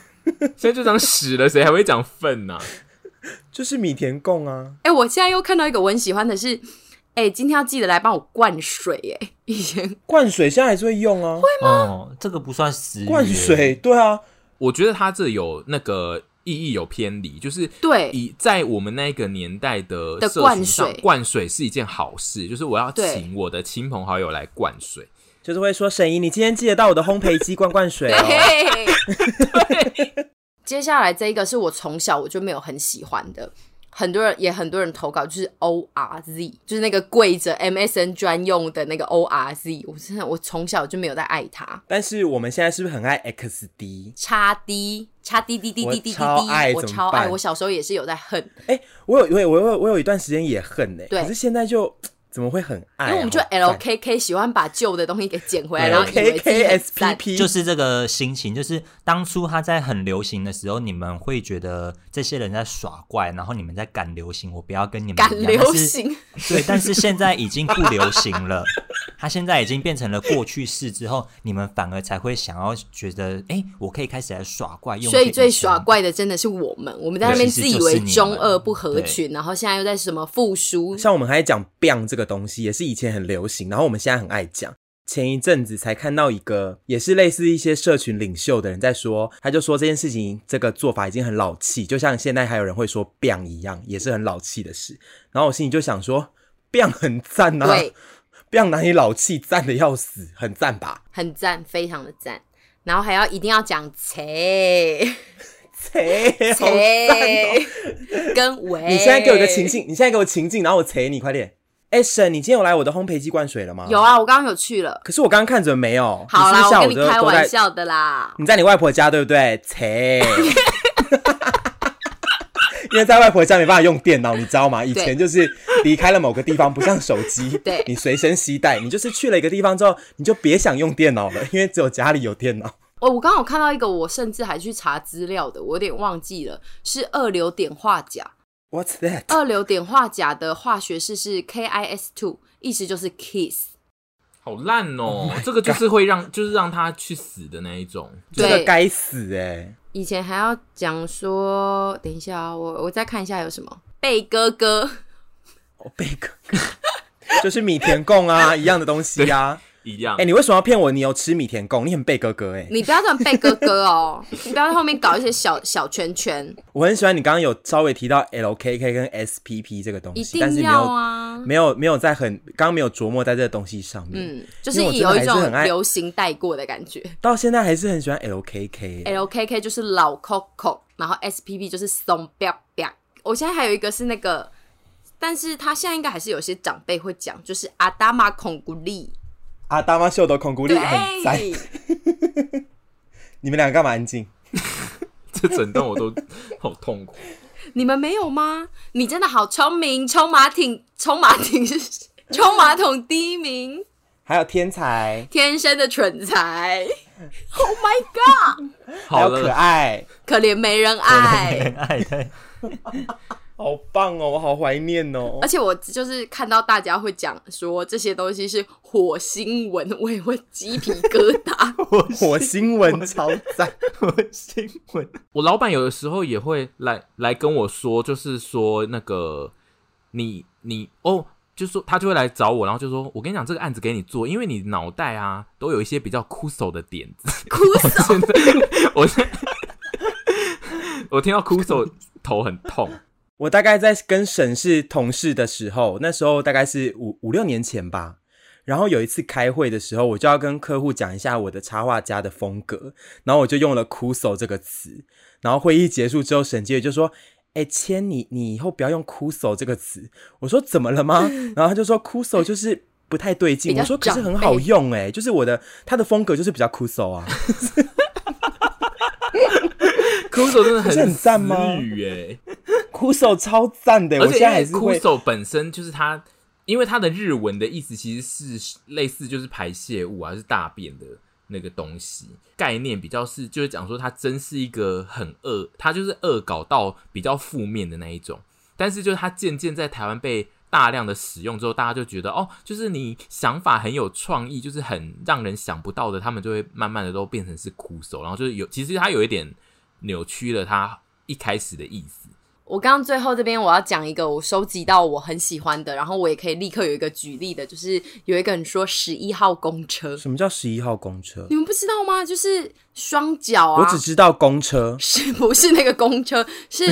[SPEAKER 3] 现在就讲屎了，谁还会讲粪啊呐、
[SPEAKER 2] 就是米田共啊，
[SPEAKER 1] 哎，我现在又看到一个我很喜欢的是，哎，今天要记得来帮我灌水，哎，以前
[SPEAKER 2] 灌水现在还是会用啊，
[SPEAKER 4] 哦，这个不算死
[SPEAKER 2] 灌水，对啊，
[SPEAKER 3] 我觉得他这有那个意义有偏离，就是
[SPEAKER 1] 对
[SPEAKER 3] 以在我们那个年代的
[SPEAKER 1] 的
[SPEAKER 3] 社群
[SPEAKER 1] 灌
[SPEAKER 3] 上
[SPEAKER 1] 水
[SPEAKER 3] 灌水是一件好事，就是我要
[SPEAKER 1] 对
[SPEAKER 3] 请我的亲朋好友来灌水。
[SPEAKER 2] 就是会说沈姨，你今天记得到我的烘焙机灌灌水 哦。
[SPEAKER 1] 对。 接下来这一个是我从小我就没有很喜欢的，很多人也很多人投稿，就是 O R Z，就是那个跪着 MSN 专用的那个 O R Z，我真的我从小就没有在爱它。
[SPEAKER 2] 但是我们现在是不是很爱 XD？
[SPEAKER 1] 叉 D 叉 D D D D D D D，
[SPEAKER 2] 我超爱
[SPEAKER 1] 我
[SPEAKER 2] 怎么
[SPEAKER 1] 超爱，
[SPEAKER 2] 办
[SPEAKER 1] 我小时候也是有在恨，
[SPEAKER 2] 哎、我有我有我有我有一段时间也恨呢、
[SPEAKER 1] 对
[SPEAKER 2] 可是现在就怎么会很爱啊、
[SPEAKER 1] 因为我们就
[SPEAKER 2] 好烦
[SPEAKER 1] L K K 喜欢把旧的东西给捡回来，
[SPEAKER 4] 对
[SPEAKER 1] 然后以为自
[SPEAKER 2] K K
[SPEAKER 1] 己很
[SPEAKER 2] S P
[SPEAKER 1] 赞。
[SPEAKER 2] P
[SPEAKER 4] 就是这个心情，就是当初它在很流行的时候，你们会觉得这些人在耍怪，然后你们在赶流行，我不要跟你们
[SPEAKER 1] 赶
[SPEAKER 4] 一样
[SPEAKER 1] 流，行，
[SPEAKER 4] 但是对，但是现在已经不流行了，它现在已经变成了过去式之后，你们反而才会想要觉得，哎、我可以开始来耍怪，用
[SPEAKER 1] 所以
[SPEAKER 4] 这
[SPEAKER 1] 最
[SPEAKER 4] 以前
[SPEAKER 1] 耍 怪的真的是我们，我们在那边
[SPEAKER 4] 其
[SPEAKER 1] 自
[SPEAKER 4] 实就
[SPEAKER 1] 以
[SPEAKER 4] 是
[SPEAKER 1] 为
[SPEAKER 4] 你们
[SPEAKER 1] 中二不合群，然后现在又在什么复苏，
[SPEAKER 2] 像我们还讲 “biang” 这个东西，也是以前很流行，然后我们现在很爱讲。前一阵子才看到一个，也是类似一些社群领袖的人在说，他就说这件事情这个做法已经很老气，就像现在还有人会说 “biang” 一样，也是很老气的事。然后我心里就想说，“biang” 很赞呐、
[SPEAKER 1] 对
[SPEAKER 2] b i a n g 哪里老气，赞的要死，很赞吧？
[SPEAKER 1] 很赞，非常的赞。然后还要一定要讲切
[SPEAKER 2] 切，好赞哦！
[SPEAKER 1] 切跟喂，
[SPEAKER 2] 你现在给我一个情境，你现在给我情境，然后我踩你，快点！哎、沈，你今天有来我的烘焙机灌水了吗？
[SPEAKER 1] 有。啊，我刚刚有去了。
[SPEAKER 2] 可是我刚刚看着没有。
[SPEAKER 1] 好
[SPEAKER 2] 你
[SPEAKER 1] 啦，
[SPEAKER 2] 是不是下
[SPEAKER 1] 我
[SPEAKER 2] 午
[SPEAKER 1] 跟你
[SPEAKER 2] 都
[SPEAKER 1] 开
[SPEAKER 2] 都
[SPEAKER 1] 玩
[SPEAKER 2] 在
[SPEAKER 1] 笑的啦。
[SPEAKER 2] 你在你外婆家对不对？切， 因为在外婆家没办法用电脑，你知道吗？以前就是离开了某个地方，不像手机，
[SPEAKER 1] 对
[SPEAKER 2] 你随身携带，你就是去了一个地方之后，你就别想用电脑了， 因为只有家里有电脑。
[SPEAKER 1] 哦，我刚刚有看到一个，我甚至还去查资料的，我有点忘记了，是二硫碘化钾。
[SPEAKER 2] What's that？
[SPEAKER 1] 二硫碘化钾的化学式是 KIS2，意思就是 kiss。
[SPEAKER 3] 好烂哦、这个 就是会让，就是让他去死的那一种。
[SPEAKER 2] 这
[SPEAKER 1] 对
[SPEAKER 2] 个该死哎、
[SPEAKER 1] 以前还要讲说，等一下啊，我我再看一下有什么贝哥 哥，
[SPEAKER 2] 我贝哥哥， 就是米田 共啊，一样的东西啊。
[SPEAKER 3] 一样。
[SPEAKER 2] 哎、你为什么要骗我？你有吃米田共？你很贝哥哥哎、
[SPEAKER 1] 你不要乱贝哥哥哦， 你不要在后面搞一些小小圈圈，
[SPEAKER 2] 我很喜欢你刚刚有稍微提到 LKK 跟 SPP 这个东
[SPEAKER 1] 一
[SPEAKER 2] 西，但是
[SPEAKER 1] 定
[SPEAKER 2] 没
[SPEAKER 1] 要
[SPEAKER 2] 有
[SPEAKER 1] 啊。
[SPEAKER 2] 没有没有在很刚刚没有琢磨在这个东西上面，
[SPEAKER 1] 嗯，就是
[SPEAKER 2] 因为我真
[SPEAKER 1] 有一
[SPEAKER 2] 的还是
[SPEAKER 1] 种
[SPEAKER 2] 很爱
[SPEAKER 1] 流行带过的感觉。
[SPEAKER 2] 到现在还是很喜欢 LKK，、
[SPEAKER 1] LKK 就是老 Coco，然后 SPP 就是松彪彪。我现在还有一个是那个，但是他现在应该还是有些长辈会讲，就是阿达玛孔古力。
[SPEAKER 2] 啊，大妈秀的孔古力
[SPEAKER 1] 对，
[SPEAKER 2] 很赞，你们俩干嘛安静？
[SPEAKER 3] 这整 段我都好痛苦。
[SPEAKER 1] 你们没有吗？你真的好聪明，冲马桶，冲马桶是 冲马桶第一名，
[SPEAKER 2] 还有天才，
[SPEAKER 1] 天生的蠢材。Oh my god！
[SPEAKER 2] 还
[SPEAKER 3] 好
[SPEAKER 2] 有可
[SPEAKER 3] 了，
[SPEAKER 2] 爱，
[SPEAKER 1] 可怜没人爱。
[SPEAKER 4] 爱 对，
[SPEAKER 2] 好棒哦，我好怀念哦
[SPEAKER 1] 而。且我就是看到大家会讲说这些东西是火星文，我也会鸡皮疙瘩。
[SPEAKER 4] 我
[SPEAKER 2] 火星文超赞，
[SPEAKER 4] 我新闻
[SPEAKER 3] 我老板有的时候也会来来跟我说，就是说那个你你哦，就说他就会来找我，然后就说我跟你讲这个案子给你做，因为你脑袋啊都有一些比较枯手的点子。
[SPEAKER 1] 哭死！
[SPEAKER 3] 真的，我是 我听到哭手头很痛。
[SPEAKER 2] 我大概在跟沈是同事的时候，那时候大概是五五六年前吧。然后有一次开会的时候，我就要跟客户讲一下我的插画家的风格，然后我就用了 “kuso” 这个词。然后会议结束之后，沈杰就说：“哎、千你你以后不要用 ‘kuso’ 这个词。”我说：“怎么了吗？” 然后他就说：“kuso 就是不太对劲。”
[SPEAKER 1] 比较
[SPEAKER 2] 我说：“可是
[SPEAKER 1] 长
[SPEAKER 2] 很
[SPEAKER 1] 辈
[SPEAKER 2] 好用哎、就是我的他的风格就是比较 kuso 啊。
[SPEAKER 3] 哭手真的
[SPEAKER 2] 不是很赞吗
[SPEAKER 3] 私语哎，
[SPEAKER 2] kuso 超赞的、
[SPEAKER 3] 而
[SPEAKER 2] 我
[SPEAKER 3] 且
[SPEAKER 2] 现
[SPEAKER 3] 因
[SPEAKER 2] 在还
[SPEAKER 3] 为
[SPEAKER 2] 是
[SPEAKER 3] 哭
[SPEAKER 2] 会
[SPEAKER 3] 手本身啊就是它，因为它的日文的意思其实是类似就是排泄物啊，是大便的那个东西概念，比较是就是讲说它真是一个很恶，它就是恶搞到比较负面的那一种。但是就是它渐渐在台湾被大量的使用之后，大家就觉得哦，就是你想法很有创意，就是很让人想不到的，他们就会慢慢的都变成是苦手，然后就是有其实它有一点扭曲了它一开始的意思。
[SPEAKER 1] 我刚刚最后这边我要讲一个我收集到我很喜欢的，然后我也可以立刻有一个举例的，就是有一个人说十一号公车，
[SPEAKER 2] 什么叫十一号公车？
[SPEAKER 1] 你们不知道吗？就是双脚啊，
[SPEAKER 2] 我只知道公车，
[SPEAKER 1] 是 不是那个公车？是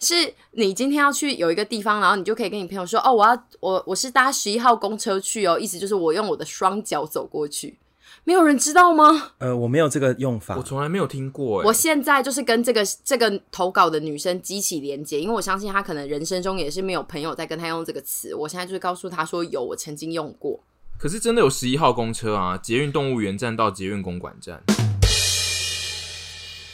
[SPEAKER 1] 是，你今天要去有一个地方，然后你就可以跟你朋友说，哦，我要我我是搭十一号公车去哦，意思就是我用我的双脚走过去。没有人知道吗？
[SPEAKER 2] 呃，我没有这个用法
[SPEAKER 3] 我。从来没有听过、欸，
[SPEAKER 1] 我现在就是跟这个这个投稿的女生激起连接，因为我相信她可能人生中也是没有朋友在跟她用这个词。我现在就是告诉她说，有，我曾经用过。
[SPEAKER 3] 可是真的有十一号公车啊，捷运动物园站到捷运公馆站，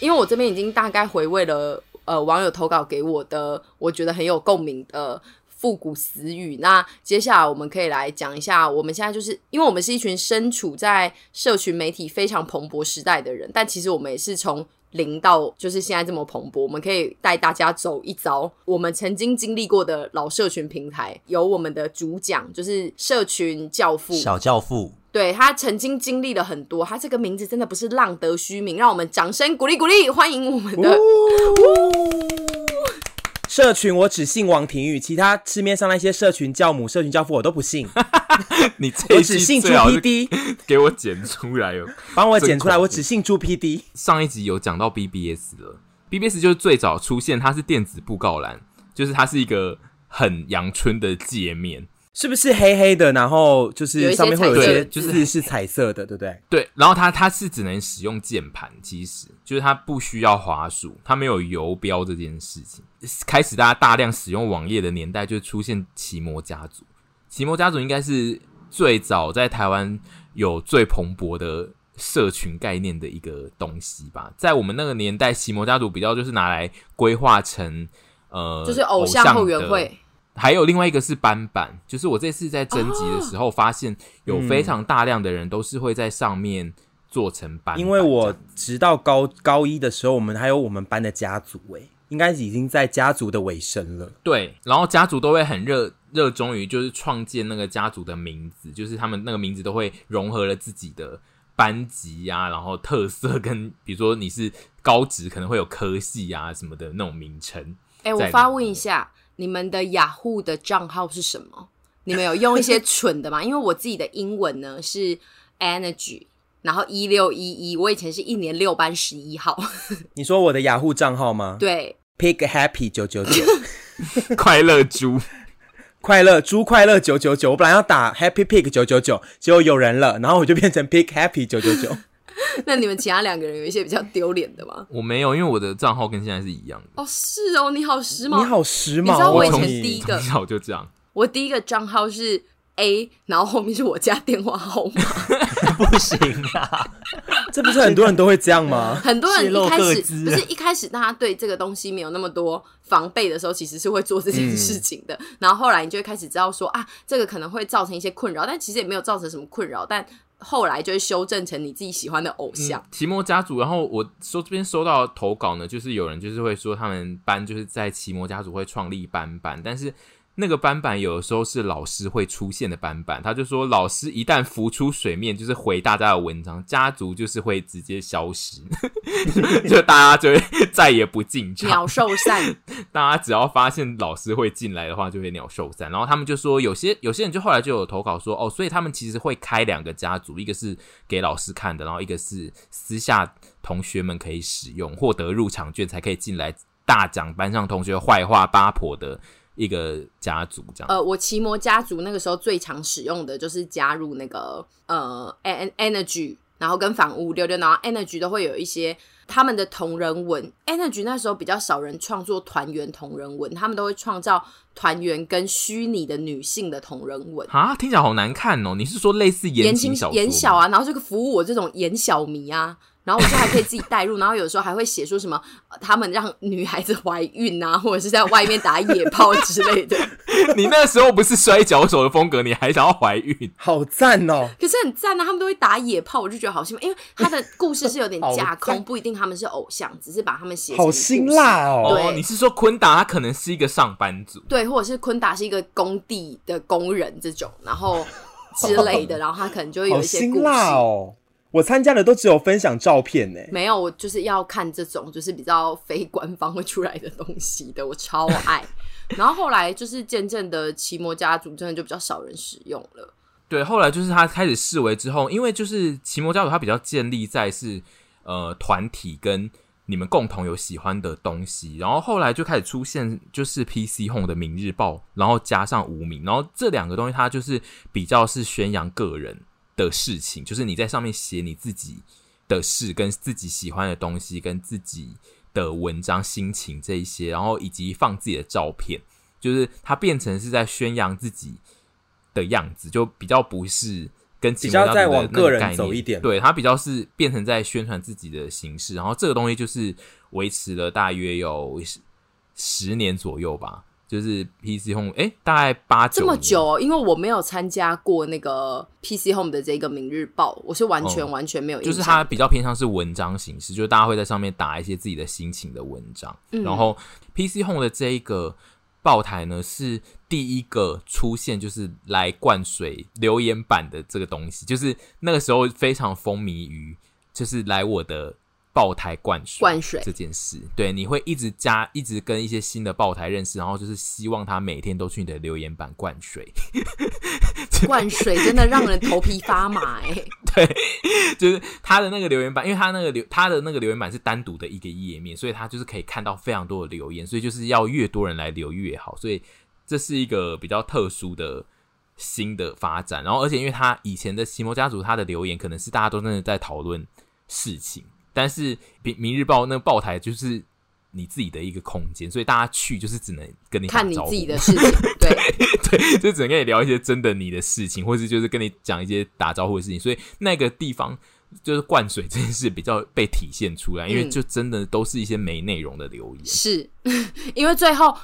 [SPEAKER 1] 因为我这边已经大概回味了呃网友投稿给我的，我觉得很有共鸣的复古词语。那接下来我们可以来讲一下，我们现在就是因为我们是一群身处在社群媒体非常蓬勃时代的人，但其实我们也是从。零到就是现在这么蓬勃，我们可以带大家走一遭我们曾经经历过的老社群平台，有我们的主讲就是社群教父
[SPEAKER 4] 小教父，
[SPEAKER 1] 对他曾经经历了很多，他这个名字真的不是浪得虚名，让我们掌声鼓励鼓励，欢迎我们 的。
[SPEAKER 2] 哦社群我只信王庭玉，其他市面上那些社群教母、社群教父我都 不信，
[SPEAKER 3] 你这
[SPEAKER 2] 我
[SPEAKER 3] 一
[SPEAKER 2] 只
[SPEAKER 3] 句
[SPEAKER 2] 信猪
[SPEAKER 3] 最好是
[SPEAKER 2] PD，
[SPEAKER 3] 给我剪出来哦。
[SPEAKER 2] 帮我剪出来，
[SPEAKER 3] 真恐怖
[SPEAKER 2] 我只信猪 PD。
[SPEAKER 3] 上一集有讲到 BBS 了，BBS 就是最早出现，它是电子布告栏，就是它是一个很阳春的界面，
[SPEAKER 2] 是不是黑黑的？然后
[SPEAKER 1] 有一
[SPEAKER 2] 就是
[SPEAKER 1] 些
[SPEAKER 2] 上面会有一
[SPEAKER 1] 彩色
[SPEAKER 2] 些
[SPEAKER 1] 的
[SPEAKER 2] 就
[SPEAKER 1] 字
[SPEAKER 2] 是是彩色的，对不对？
[SPEAKER 3] 对，然后它它是只能使用键盘，其实就是它不需要滑鼠，它没有游标这件事情。开始大家大量使用网页的年代，就出现奇摩家族。奇摩家族应该是最早在台湾有最蓬勃的社群概念的一个东西吧。在我们那个年代，奇摩家族比较就是拿来规划成呃，
[SPEAKER 1] 就是
[SPEAKER 3] 偶
[SPEAKER 1] 偶像后援会。
[SPEAKER 3] 还有另外一个是班版，就是我这次在征集的时候发现，有非常大量的人都是会在上面做成班版这样子。
[SPEAKER 2] 因为我直到高高一的时候，我们还有我们班的家族哎、应该已经在家族的尾声了。
[SPEAKER 3] 对，然后家族都会很热热衷于就是创建那个家族的名字，就是他们那个名字都会融合了自己的班级呀、然后特色跟比如说你是高职可能会有科系啊什么的那种名称。
[SPEAKER 1] 哎、我
[SPEAKER 3] 在
[SPEAKER 1] 发问一下，你们的雅虎的账号是什么？你们有用一些 蠢的吗？因为我自己的英文呢是 energy，然后一六一一，我以前是一年六班十一号，
[SPEAKER 2] 你说我的雅虎账号吗？
[SPEAKER 1] 对，
[SPEAKER 2] ，Pig Happy 九九九，
[SPEAKER 3] 快乐猪，
[SPEAKER 2] 快乐猪快乐九九九。我本来要打 Happy Pig 九九九，结果有人了，然后我就变成 Pig Happy 九九九。
[SPEAKER 1] 那你们其他两个人有一些比较丢脸的吗？
[SPEAKER 3] 我没有，因为我的账号跟现在是一样的，
[SPEAKER 1] 哦，是哦，你好时髦，
[SPEAKER 2] 你好时
[SPEAKER 1] 你知
[SPEAKER 2] 髦
[SPEAKER 1] 道
[SPEAKER 2] 哦，
[SPEAKER 1] 我以
[SPEAKER 2] 从
[SPEAKER 1] 前
[SPEAKER 2] 你
[SPEAKER 1] 第一个
[SPEAKER 3] 从小就这样。
[SPEAKER 1] 我第一个账号是 A，然后后面是我家电话号码。
[SPEAKER 4] 不行啊！
[SPEAKER 2] 这不是很多人都会这样吗？
[SPEAKER 1] 很多人
[SPEAKER 4] 泄露
[SPEAKER 1] 一开
[SPEAKER 4] 各
[SPEAKER 1] 始
[SPEAKER 4] 自
[SPEAKER 1] 不是一开始大家对这个东西没有那么多防备的时候，其实是会做这件事情的。
[SPEAKER 4] 嗯
[SPEAKER 1] 然后后来你就会开始知道说啊，这个可能会造成一些困扰，但其实也没有造成什么困扰。但后来就会修正成你自己喜欢的偶
[SPEAKER 4] 嗯
[SPEAKER 1] 像。
[SPEAKER 3] 奇嗯摩家族，然后我收这边收到的投稿呢，就是有人就是会说他们班就是在奇摩家族会创立班班，但是那个班班有的时候是老师会出现的班班，他就说老师一旦浮出水面，就是回大家的文章，家族就是会直接消失， 就大家就会再也不进场
[SPEAKER 1] 鸟。兽散，
[SPEAKER 3] 大家只要发现老师会进来的话，就会鸟兽散。然后他们就说，有些有些人就后来就有投稿说，哦，所以他们其实会开两个家族，一个是给老师看的，然后一个是私下同学们可以使用，获得入场券才可以进来大讲班上同学坏话八婆的一个家族这样。
[SPEAKER 1] 呃，我奇摩家族那个时候最常使用的就是加入那个呃，en energy，然后跟房屋六六，然后 energy 都会有一些他们的同人文，energy 那时候比较少人创作团员同人文，他们都会创造团员跟虚拟的女性的同人文。
[SPEAKER 3] 啊，听起来好难看哦！你是说类似言
[SPEAKER 1] 言
[SPEAKER 3] 情
[SPEAKER 1] 情
[SPEAKER 3] 小说吗
[SPEAKER 1] 言小？啊，然后这个服务我这种言小迷啊，然后我就还可以自己带入，然后有时候还会写说什么、呃他们让女孩子怀孕啊，或者是在外面打野炮之类的，
[SPEAKER 3] 你那时候不是摔跤手的风格，你还想要怀孕？
[SPEAKER 2] 好赞哦！
[SPEAKER 1] 可是很赞啊，他们都会打野炮，我就觉得好兴奋，因为他的故事是有点
[SPEAKER 2] 好
[SPEAKER 1] 架空，
[SPEAKER 2] 赞
[SPEAKER 1] 不一定他们是偶像，只是把他们写成
[SPEAKER 2] 好
[SPEAKER 1] 故事
[SPEAKER 2] 辛。辣哦！
[SPEAKER 3] 哦，
[SPEAKER 1] 对
[SPEAKER 3] 你是说昆达他可能是一个上班族？
[SPEAKER 1] 对，或者是昆达是一个工地的工人这种，然后之类 的，然后他可能就会有
[SPEAKER 2] 好
[SPEAKER 1] 一些
[SPEAKER 2] 辛
[SPEAKER 1] 故事。
[SPEAKER 2] 辣哦！我参加的都只有分享照片呢、
[SPEAKER 1] 没有，我就是要看这种就是比较非官方会出来的东西的，我超爱。然后后来就是渐渐的，奇摩家族真的就比较少人使用了。
[SPEAKER 3] 对，后来就是他开始示威之后，因为就是奇摩家族，它比较建立在是呃团体跟你们共同有喜欢的东西，然后后来就开始出现就是 PC Home 的《明日报》，然后加上无名，然后这两个东西它就是比较是宣扬个人的事情，就是你在上面写你自己的事，跟自己喜欢的东西，跟自己的文章、心情这一些，然后以及放自己的照片，就是它变成是在宣扬自己的样子，就比较不是跟
[SPEAKER 2] 比
[SPEAKER 3] 其
[SPEAKER 2] 较
[SPEAKER 3] 他
[SPEAKER 2] 再
[SPEAKER 3] 的
[SPEAKER 2] 往
[SPEAKER 3] 那
[SPEAKER 2] 个人
[SPEAKER 3] 概念
[SPEAKER 2] 走一点
[SPEAKER 3] 对，它比较是变成在宣传自己的形式，然后这个东西就是维持了大约有十十年左右吧。就是 PC Home，哎、大概八九
[SPEAKER 1] 这么
[SPEAKER 3] 年
[SPEAKER 1] 久、哦，因为我没有参加过那个 PC Home 的这个《明日报》，我是完全、
[SPEAKER 3] 哦
[SPEAKER 1] 完全没有印
[SPEAKER 3] 就
[SPEAKER 1] 象。
[SPEAKER 3] 是它比较偏向是文章形式，就是大家会在上面打一些自己的心情的文章。
[SPEAKER 1] 嗯
[SPEAKER 3] 然后 PC Home 的这一个爆台呢，是第一个出现就是来灌水留言板的这个东西，就是那个时候非常风靡于，就是来我的。爆台灌水，
[SPEAKER 1] 灌水
[SPEAKER 3] 这件事，对，你会一直加，一直跟一些新的爆台认识，然后就是希望他每天都去你的留言板灌水，
[SPEAKER 1] 灌水真的让人头皮发麻哎、
[SPEAKER 3] 就是他的那个留言板，因为他那个留他的那个留言板是单独的一个页面，所以他就是可以看到非常多的留言，所以就是要越多人来留越好，所以这是一个比较特殊的新的发展。然后，而且因为他以前的奇摩家族，他的留言可能是大家都真的在讨论事情，但是《明明日报》那个报台就是你自己的一个空间，所以大家去就是只能跟你打
[SPEAKER 1] 看你
[SPEAKER 3] 招呼
[SPEAKER 1] 自己的事情，对，
[SPEAKER 3] 对，就只能跟你聊一些真的你的事情，或是就是跟你讲一些打招呼的事情，所以那个地方就是灌水这件事比较被体现出来，因为
[SPEAKER 1] 嗯
[SPEAKER 3] 就真的都是一些没内容的留言。
[SPEAKER 1] 是 因为最后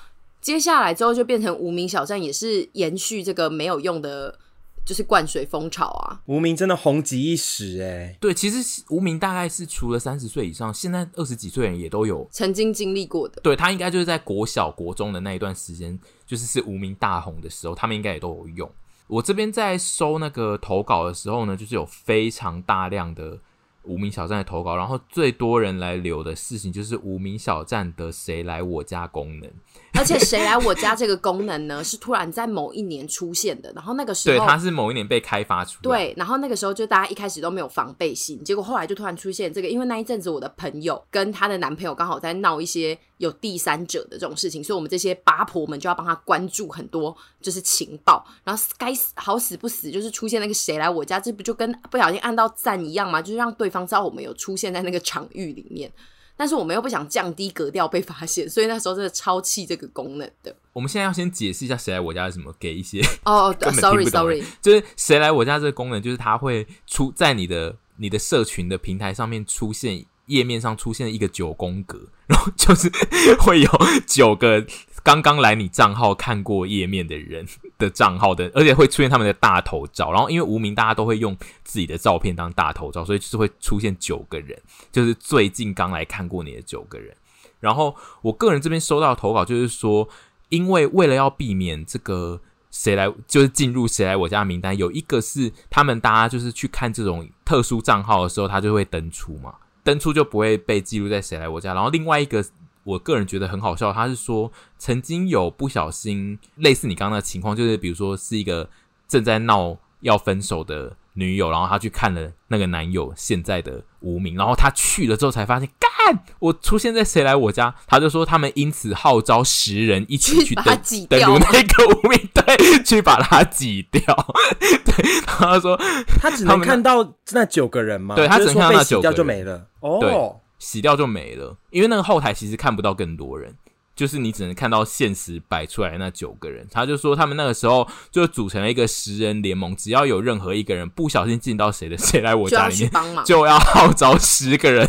[SPEAKER 1] 接下来之后就变成无名小站，也是延续这个没有用的，就是灌水风潮啊。
[SPEAKER 2] 无名真的红极一时哎、
[SPEAKER 3] 对，其实无名大概是除了三十岁以上，现在二十几岁人也都有。
[SPEAKER 1] 曾经经历过的，
[SPEAKER 3] 对他应该就是在国小、国中的那一段时间，就是是无名大红的时候，他们应该也都有用。我这边在收那个投稿的时候呢，就是有非常大量的无名小站的投稿，然后最多人来留的事情就是无名小站的“谁来我家”功能，
[SPEAKER 1] 而且谁来我家这个功能呢，是突然在某一年出现的，然后那个时
[SPEAKER 3] 对，
[SPEAKER 1] 候
[SPEAKER 3] 它是某一年被开发出来。
[SPEAKER 1] 对，然后那个时候就大家一开始都没有防备心，结果后来就突然出现这个，因为那一阵子我的朋友跟她的男朋友刚好在闹一些有第三者的这种事情，所以我们这些八婆们就要帮她关注很多就是情报，然后该死好死不死就是出现那个谁来我家，这不就跟啊不小心按到赞一样吗？就是让对方知道我们有出现在那个场域里面。但是我们又不想降低格调被发现，所以那时候真的超气这个功能的。
[SPEAKER 3] 我们现在要先解释一下“谁来我家”是什么，给一些
[SPEAKER 1] 哦、
[SPEAKER 3] 根
[SPEAKER 1] s
[SPEAKER 3] 本
[SPEAKER 1] o r r
[SPEAKER 3] 听
[SPEAKER 1] y
[SPEAKER 3] 不懂欸
[SPEAKER 1] sorry，
[SPEAKER 3] 人。就是谁来我家这个功能，就是它会出在你的你的社群的平台上面出现页面上出现一个九宫格，然后就是会有九个刚刚来你账号看过页面的人的账号的，而且会出现他们的大头照。然后因为无名，大家都会用自己的照片当大头照，所以就是会出现九个人，就是最近刚来看过你的九个人。然后我个人这边收到的投稿就是说，因为为了要避免这个谁来就是进入谁来我家的名单，有一个是他们大家就是去看这种特殊账号的时候，他就会登出嘛，登出就不会被记录在谁来我家。然后另外一个。我个人觉得很好笑，他是说曾经有不小心类似你刚刚的情况，就是比如说是一个正在闹要分手的女友，然后她去看了那个男友现在的无名，然后她去了之后才发现，干，我出现在谁来我家？她就说他们因此号召十人一起去
[SPEAKER 1] 去把
[SPEAKER 3] 登
[SPEAKER 1] 它挤
[SPEAKER 3] 登
[SPEAKER 1] 掉
[SPEAKER 3] 录
[SPEAKER 1] 吗
[SPEAKER 3] 那个无名，对，去把它挤掉。 对，然后她说
[SPEAKER 2] 他只
[SPEAKER 3] 他
[SPEAKER 2] 能
[SPEAKER 3] 们
[SPEAKER 2] 看到那九个人吗？
[SPEAKER 3] 对他只
[SPEAKER 2] 就
[SPEAKER 3] 能
[SPEAKER 2] 是说
[SPEAKER 3] 看到那
[SPEAKER 2] 被洗
[SPEAKER 3] 九个
[SPEAKER 2] 掉就
[SPEAKER 3] 人
[SPEAKER 2] 没了。哦，
[SPEAKER 3] 对洗掉就没了，因为那个后台其实看不到更多人，就是你只能看到现实摆出来的那九个人。他就说他们那个时候就组成了一个十人联盟，只要有任何一个人不小心进到谁的谁来我
[SPEAKER 1] 就
[SPEAKER 3] 家
[SPEAKER 1] 要
[SPEAKER 3] 里
[SPEAKER 1] 去
[SPEAKER 3] 面，
[SPEAKER 1] 帮忙，
[SPEAKER 3] 就要号召十个人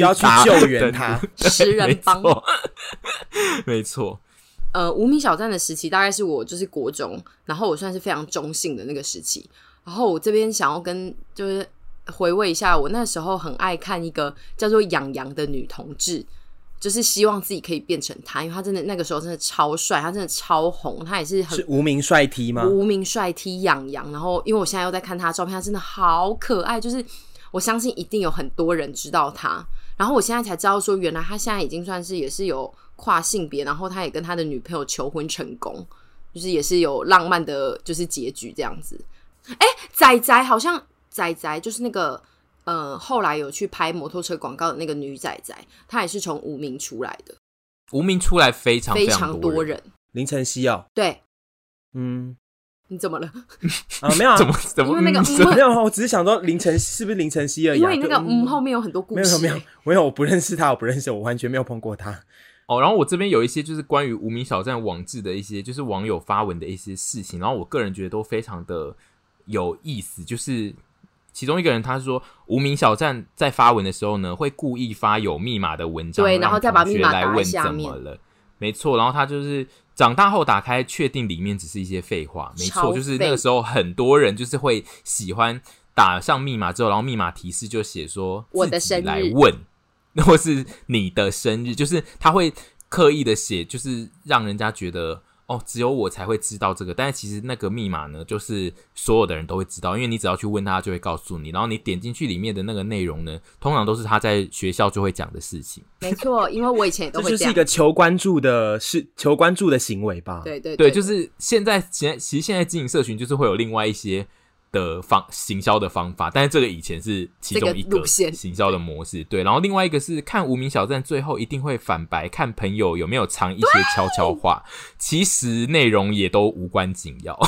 [SPEAKER 2] 就要去
[SPEAKER 3] 打
[SPEAKER 2] 救援他。
[SPEAKER 1] 十
[SPEAKER 3] 没
[SPEAKER 1] 人帮忙。
[SPEAKER 3] 错，没错，
[SPEAKER 1] 呃，无名小站的时期大概是我就是国中，然后我算是非常中性的那个时期。然后我这边想要跟就是回味一下，我那时候很爱看一个叫做养羊的女同志，就是希望自己可以变成她，因为她真的那个时候真的超帅，她真的超红，她也是很
[SPEAKER 2] 是无名帅 T 吗？
[SPEAKER 1] 无名帅 T 养羊，然后因为我现在又在看他的照片，他真的好可爱，就是我相信一定有很多人知道他。然后我现在才知道说，原来他现在已经算是也是有跨性别，然后他也跟他的女朋友求婚成功，就是也是有浪漫的，就是结局这样子。哎，仔仔好像仔仔就是那个呃，后来有去拍摩托车广告的那个女仔仔，她也是从无名出来的，
[SPEAKER 3] 无名出来非常
[SPEAKER 1] 非
[SPEAKER 3] 常
[SPEAKER 1] 常多
[SPEAKER 3] 人。
[SPEAKER 1] 人。
[SPEAKER 2] 林晨曦哦，
[SPEAKER 1] 对，
[SPEAKER 2] 嗯
[SPEAKER 1] 你怎么了？
[SPEAKER 2] 啊没有啊
[SPEAKER 3] 怎，么怎么
[SPEAKER 1] 因为那个
[SPEAKER 3] 嗯
[SPEAKER 2] 没有啊，我只是想说林晨曦是不是林晨曦而已
[SPEAKER 1] 因
[SPEAKER 2] 啊、
[SPEAKER 1] 为你那个
[SPEAKER 2] 就
[SPEAKER 1] 嗯后。面有很多故
[SPEAKER 2] 没有没
[SPEAKER 1] 事、
[SPEAKER 2] 有没有，没有，我不认识他，我不认识，我完全没有碰过他。
[SPEAKER 3] 哦，然后我这边有一些就是关于无名小站网志的一些，就是网友发文的一些事情，然后我个人觉得都非常的有意思。就是其中一个人他说，无名小站在发文的时候呢，会故意发有密码的文章，
[SPEAKER 1] 对然后再把密码
[SPEAKER 3] 来
[SPEAKER 1] 打在
[SPEAKER 3] 问
[SPEAKER 1] 下
[SPEAKER 3] 怎
[SPEAKER 1] 面
[SPEAKER 3] 么了。没错，然后他就是长大后打开，确定里面只是一些废话。没
[SPEAKER 1] 超
[SPEAKER 3] 错，就是那
[SPEAKER 1] 废
[SPEAKER 3] 个时候很多人就是会喜欢打上密码之后，然后密码提示就写说
[SPEAKER 1] 我的
[SPEAKER 3] 自己
[SPEAKER 1] 生
[SPEAKER 3] 来
[SPEAKER 1] 日
[SPEAKER 3] 问，或是你的生日， 就是他会刻意的写，就是让人家觉得哦，只有我才会知道这个。但是其实那个密码呢，就是所有的人都会知道，因为你只要去问他，他就会告诉你。然后你点进去里面的那个内容呢，通常都是他在学校就会讲的事情。
[SPEAKER 1] 没错，因为我以前也都
[SPEAKER 2] 这
[SPEAKER 1] 会
[SPEAKER 2] 就是一
[SPEAKER 1] 样。
[SPEAKER 2] 个求关注的是求关注的行为吧？，
[SPEAKER 1] 对对
[SPEAKER 3] 对，就是现在，现在其实现在经营社群就是会有另外一些的方行销的方法，但是这个以前是其中
[SPEAKER 1] 这
[SPEAKER 3] 一
[SPEAKER 1] 个
[SPEAKER 3] 个
[SPEAKER 1] 路线
[SPEAKER 3] 行销的模式，对。然后另外一个是看无名小站，最后一定会反白，看朋友有没有藏 一些悄悄话，其实内容也都无关紧要。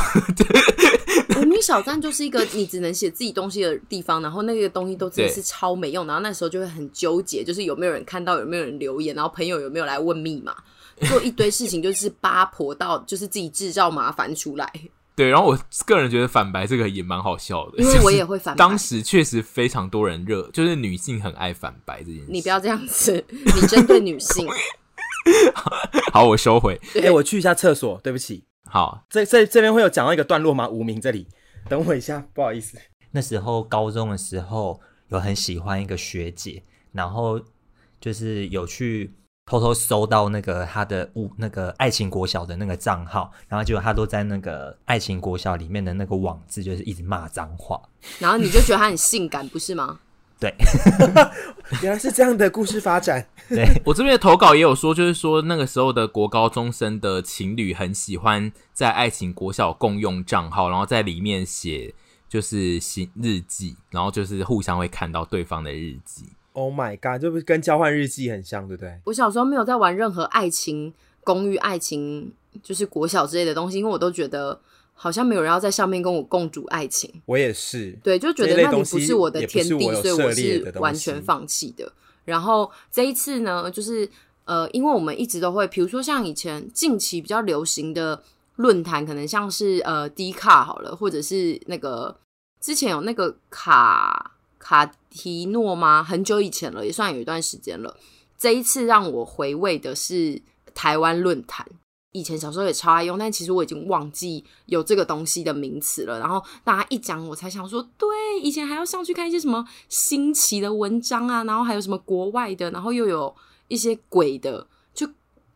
[SPEAKER 1] 无名小站就是一个你只能写自己东西的地方，然后那个东西都真的是超没用，然后那时候就会很纠结，就是有没有人看到，有没有人留言，然后朋友有没有来问密码，做一堆事情就是八婆到就是自己制造麻烦出来，
[SPEAKER 3] 对，然后我个人觉得反白这个也蛮好笑的，
[SPEAKER 1] 因为我也会反白
[SPEAKER 3] 就是当时确实非常多人热，就是女性很爱反白这件事。
[SPEAKER 1] 你不要这样子，你针对女 性，
[SPEAKER 3] 好，我收回。
[SPEAKER 2] 哎、我去一下厕所，对不起。
[SPEAKER 3] 好，
[SPEAKER 2] 这这这边会有讲到一个段落吗？无名这里，等我一下，不好 意思。
[SPEAKER 4] 那时候高中的时候有很喜欢一个学姐，然后就是有去偷偷搜到那个她的物那个爱情国小的那个账号，然后结果她都在那个爱情国小里面的那个网字，就是一直骂脏话。
[SPEAKER 1] 然后你就觉得她很性感，不是吗？
[SPEAKER 4] 对
[SPEAKER 2] 原来是这样的故事发展。
[SPEAKER 4] 对，
[SPEAKER 3] 我这边的投稿也有说，就是说那个时候的国高中生的情侣很喜欢在爱情国小共用账号，然后在里面写就是行日记，然后就是互相会看到对方的日记。
[SPEAKER 2] Oh my god，这不是跟交换日记很像，对不对？
[SPEAKER 1] 我小时候没有在玩任何爱情公寓、爱情就是国小之类的东西，因为我都觉得好像没有人要在上面跟我共主爱情，
[SPEAKER 2] 我也是。
[SPEAKER 1] 对，就觉
[SPEAKER 2] 这
[SPEAKER 1] 得
[SPEAKER 2] 类
[SPEAKER 1] 那里
[SPEAKER 2] 东
[SPEAKER 1] 不
[SPEAKER 2] 西
[SPEAKER 1] 是我的
[SPEAKER 2] 也不
[SPEAKER 1] 天
[SPEAKER 2] 是
[SPEAKER 1] 地
[SPEAKER 2] 我，有
[SPEAKER 1] 所以
[SPEAKER 2] 涉
[SPEAKER 1] 我
[SPEAKER 2] 猎的
[SPEAKER 1] 是
[SPEAKER 2] 东
[SPEAKER 1] 完全
[SPEAKER 2] 西
[SPEAKER 1] 放弃的。然后这一次呢，就是呃，因为我们一直都会，比如说像以前近期比较流行的论坛，可能像是呃 D 卡好了，或者是那个之前有那个卡卡提诺吗？很久以前了，也算有一段时间了。这一次让我回味的是台湾论坛。以前小时候也超爱用，但其实我已经忘记有这个东西的名词了。然后大家一讲，我才想说，对，以前还要上去看一些什么新奇的文章啊，然后还有什么国外的，然后又有一些鬼的，就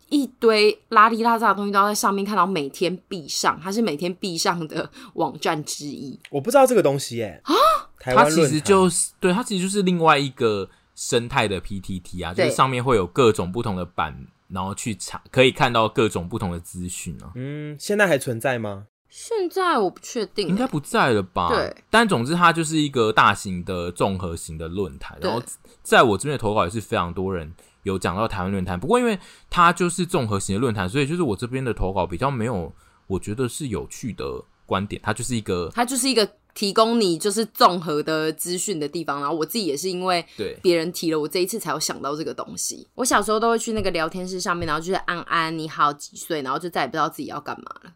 [SPEAKER 1] 一堆拉里拉杂的东西都要在上面看到，每天必上，它是每天必上的网站之一。
[SPEAKER 2] 我不知道这个东西耶、啊，台
[SPEAKER 3] 它
[SPEAKER 2] 湾
[SPEAKER 3] 其
[SPEAKER 2] 论
[SPEAKER 3] 实
[SPEAKER 2] 坛
[SPEAKER 3] 就是对，它其实就是另外一个生态的 PTT 啊，就是
[SPEAKER 1] 对
[SPEAKER 3] 上面会有各种不同的版，然后去查可以看到各种不同的资讯啊。
[SPEAKER 2] 嗯，现在还存在吗？
[SPEAKER 1] 现在我不确定欸
[SPEAKER 3] 应该不在了吧？
[SPEAKER 1] 对。
[SPEAKER 3] 但总之，它就是一个大型的综合型的论坛。
[SPEAKER 1] 对
[SPEAKER 3] 然后，在我这边的投稿也是非常多人有讲到台湾论坛。不过，因为它就是综合型的论坛，所以就是我这边的投稿比较没有，我觉得是有趣的观点。它就是一个
[SPEAKER 1] 它就是一个提供你就是综合的资讯的地方。然后我自己也是因为
[SPEAKER 3] 对
[SPEAKER 1] 别人提了，我这一次才有想到这个东西。我小时候都会去那个聊天室上面，然后就是安安你好几岁，然后就再也不知道自己要干嘛了。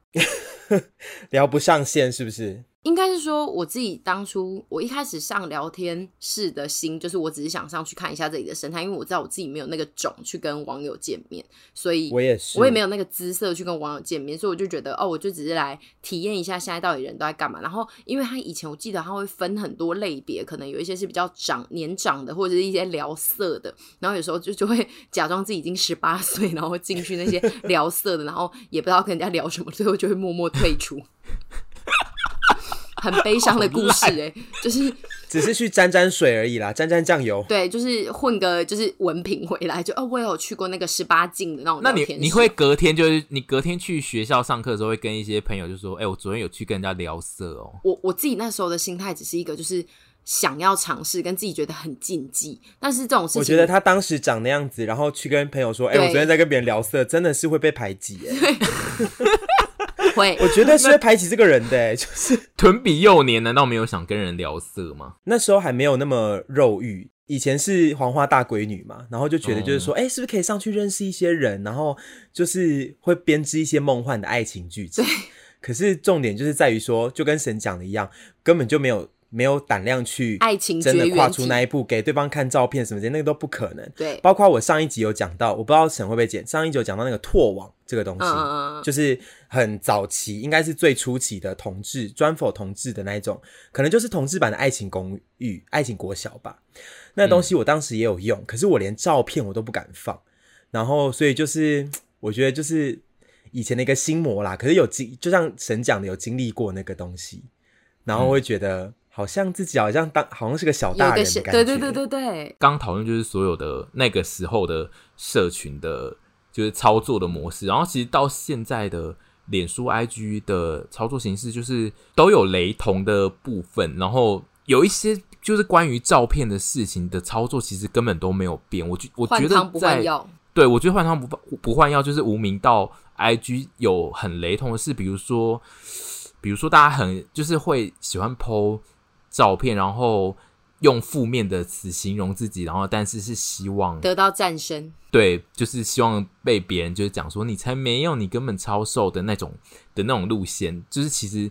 [SPEAKER 2] 聊不上线是不是？
[SPEAKER 1] 应该是说，我自己当初我一开始上聊天室的心，就是我只是想上去看一下这里的生态，因为我知道我自己没有那个种去跟网友见面，所以
[SPEAKER 2] 我也是，
[SPEAKER 1] 我也没有那个姿色去跟网友见面，所以我就觉得哦，我就只是来体验一下现在到底人都在干嘛。然后，因为他以前我记得他会分很多类别，可能有一些是比较长年长的，或者是一些聊色的，然后有时候就就会 假装自己已经十八岁，然后进去那 些聊色的，然后也不知道跟人家聊什么，最后就会默默退出。很悲伤的故事哎、就是
[SPEAKER 2] 只是去沾沾水而已啦， 沾沾酱油。
[SPEAKER 1] 对，就是混个就是文凭回来，就哦，我有去过那个十八禁的那种
[SPEAKER 3] 那
[SPEAKER 1] 聊
[SPEAKER 3] 你
[SPEAKER 1] 天室。
[SPEAKER 3] 你会隔天就是你隔天去学校上课的时候，会跟一些朋友就说：“哎、我昨天有去跟人家聊色哦。
[SPEAKER 1] 我我自己那时候的心态只是一个，就是想要尝试，跟自己觉得很禁忌。但是这种事情，
[SPEAKER 2] 我觉得他当时长那样子，然后去跟朋友说：“哎、
[SPEAKER 1] 对
[SPEAKER 2] 我昨天在跟别人聊色，真的是会被排挤。” 哎，
[SPEAKER 1] 会
[SPEAKER 2] 我觉得是会排挤这个人的、哎，就是”
[SPEAKER 3] 屯比幼年难道没有想跟人聊色吗？
[SPEAKER 2] 那时候还没有那么肉欲，以前是黄花大闺女嘛，然后就觉得就是
[SPEAKER 1] 哦
[SPEAKER 2] 说，哎、是不是可以上去认识一些人，然后就是会编织一些梦幻的爱情剧情。可是重点就是在于说，就跟神讲的一样，根本就没有没有胆量去
[SPEAKER 1] 爱情
[SPEAKER 2] 真的
[SPEAKER 1] 绝缘
[SPEAKER 2] 跨出
[SPEAKER 1] 体
[SPEAKER 2] 那一步，给对方看照片什么的，那个都不可能。
[SPEAKER 1] 对，
[SPEAKER 2] 包括我上一集有讲到，我不知道神会不会剪，上一集有讲到那个拓网这个东西，
[SPEAKER 1] 嗯嗯嗯嗯
[SPEAKER 2] 就是很早期，应该是最初期的同志专否同志的那一种，可能就是同志版的爱情公寓、爱情国小吧。那东西我当时也有用，可是我连照片我都不敢放，然后所以就是我觉得就是以前的一个心魔啦。可是有经，就像神讲的，有经历过那个东西，然后会觉得。好像自己好像当好像是个小
[SPEAKER 1] 有一
[SPEAKER 2] 大人
[SPEAKER 1] 个
[SPEAKER 2] 的
[SPEAKER 1] 是，
[SPEAKER 2] 感觉，
[SPEAKER 1] 对对对对对，
[SPEAKER 3] 刚讨论就是所有的那个时候的社群的，就是操作的模式，然后其实到现在的脸书、IG 的操作形式，就是都有雷同的部分，然后有一些就是关于照片的事情的操作，其实根本都没有变。我觉我觉
[SPEAKER 1] 换
[SPEAKER 3] 得
[SPEAKER 1] 汤不
[SPEAKER 3] 在
[SPEAKER 1] 换药。
[SPEAKER 3] 对，我觉得换汤不不换药，就是无名到 IG 有很雷同的事，比如说，比如说大家很就是会喜欢 PO 照片，然后用负面的词形容自己，然后但是是希望
[SPEAKER 1] 得到战声，
[SPEAKER 3] 对，就是希望被别人就是讲说你才没有，你根本超瘦的那种的那种路线，就是其实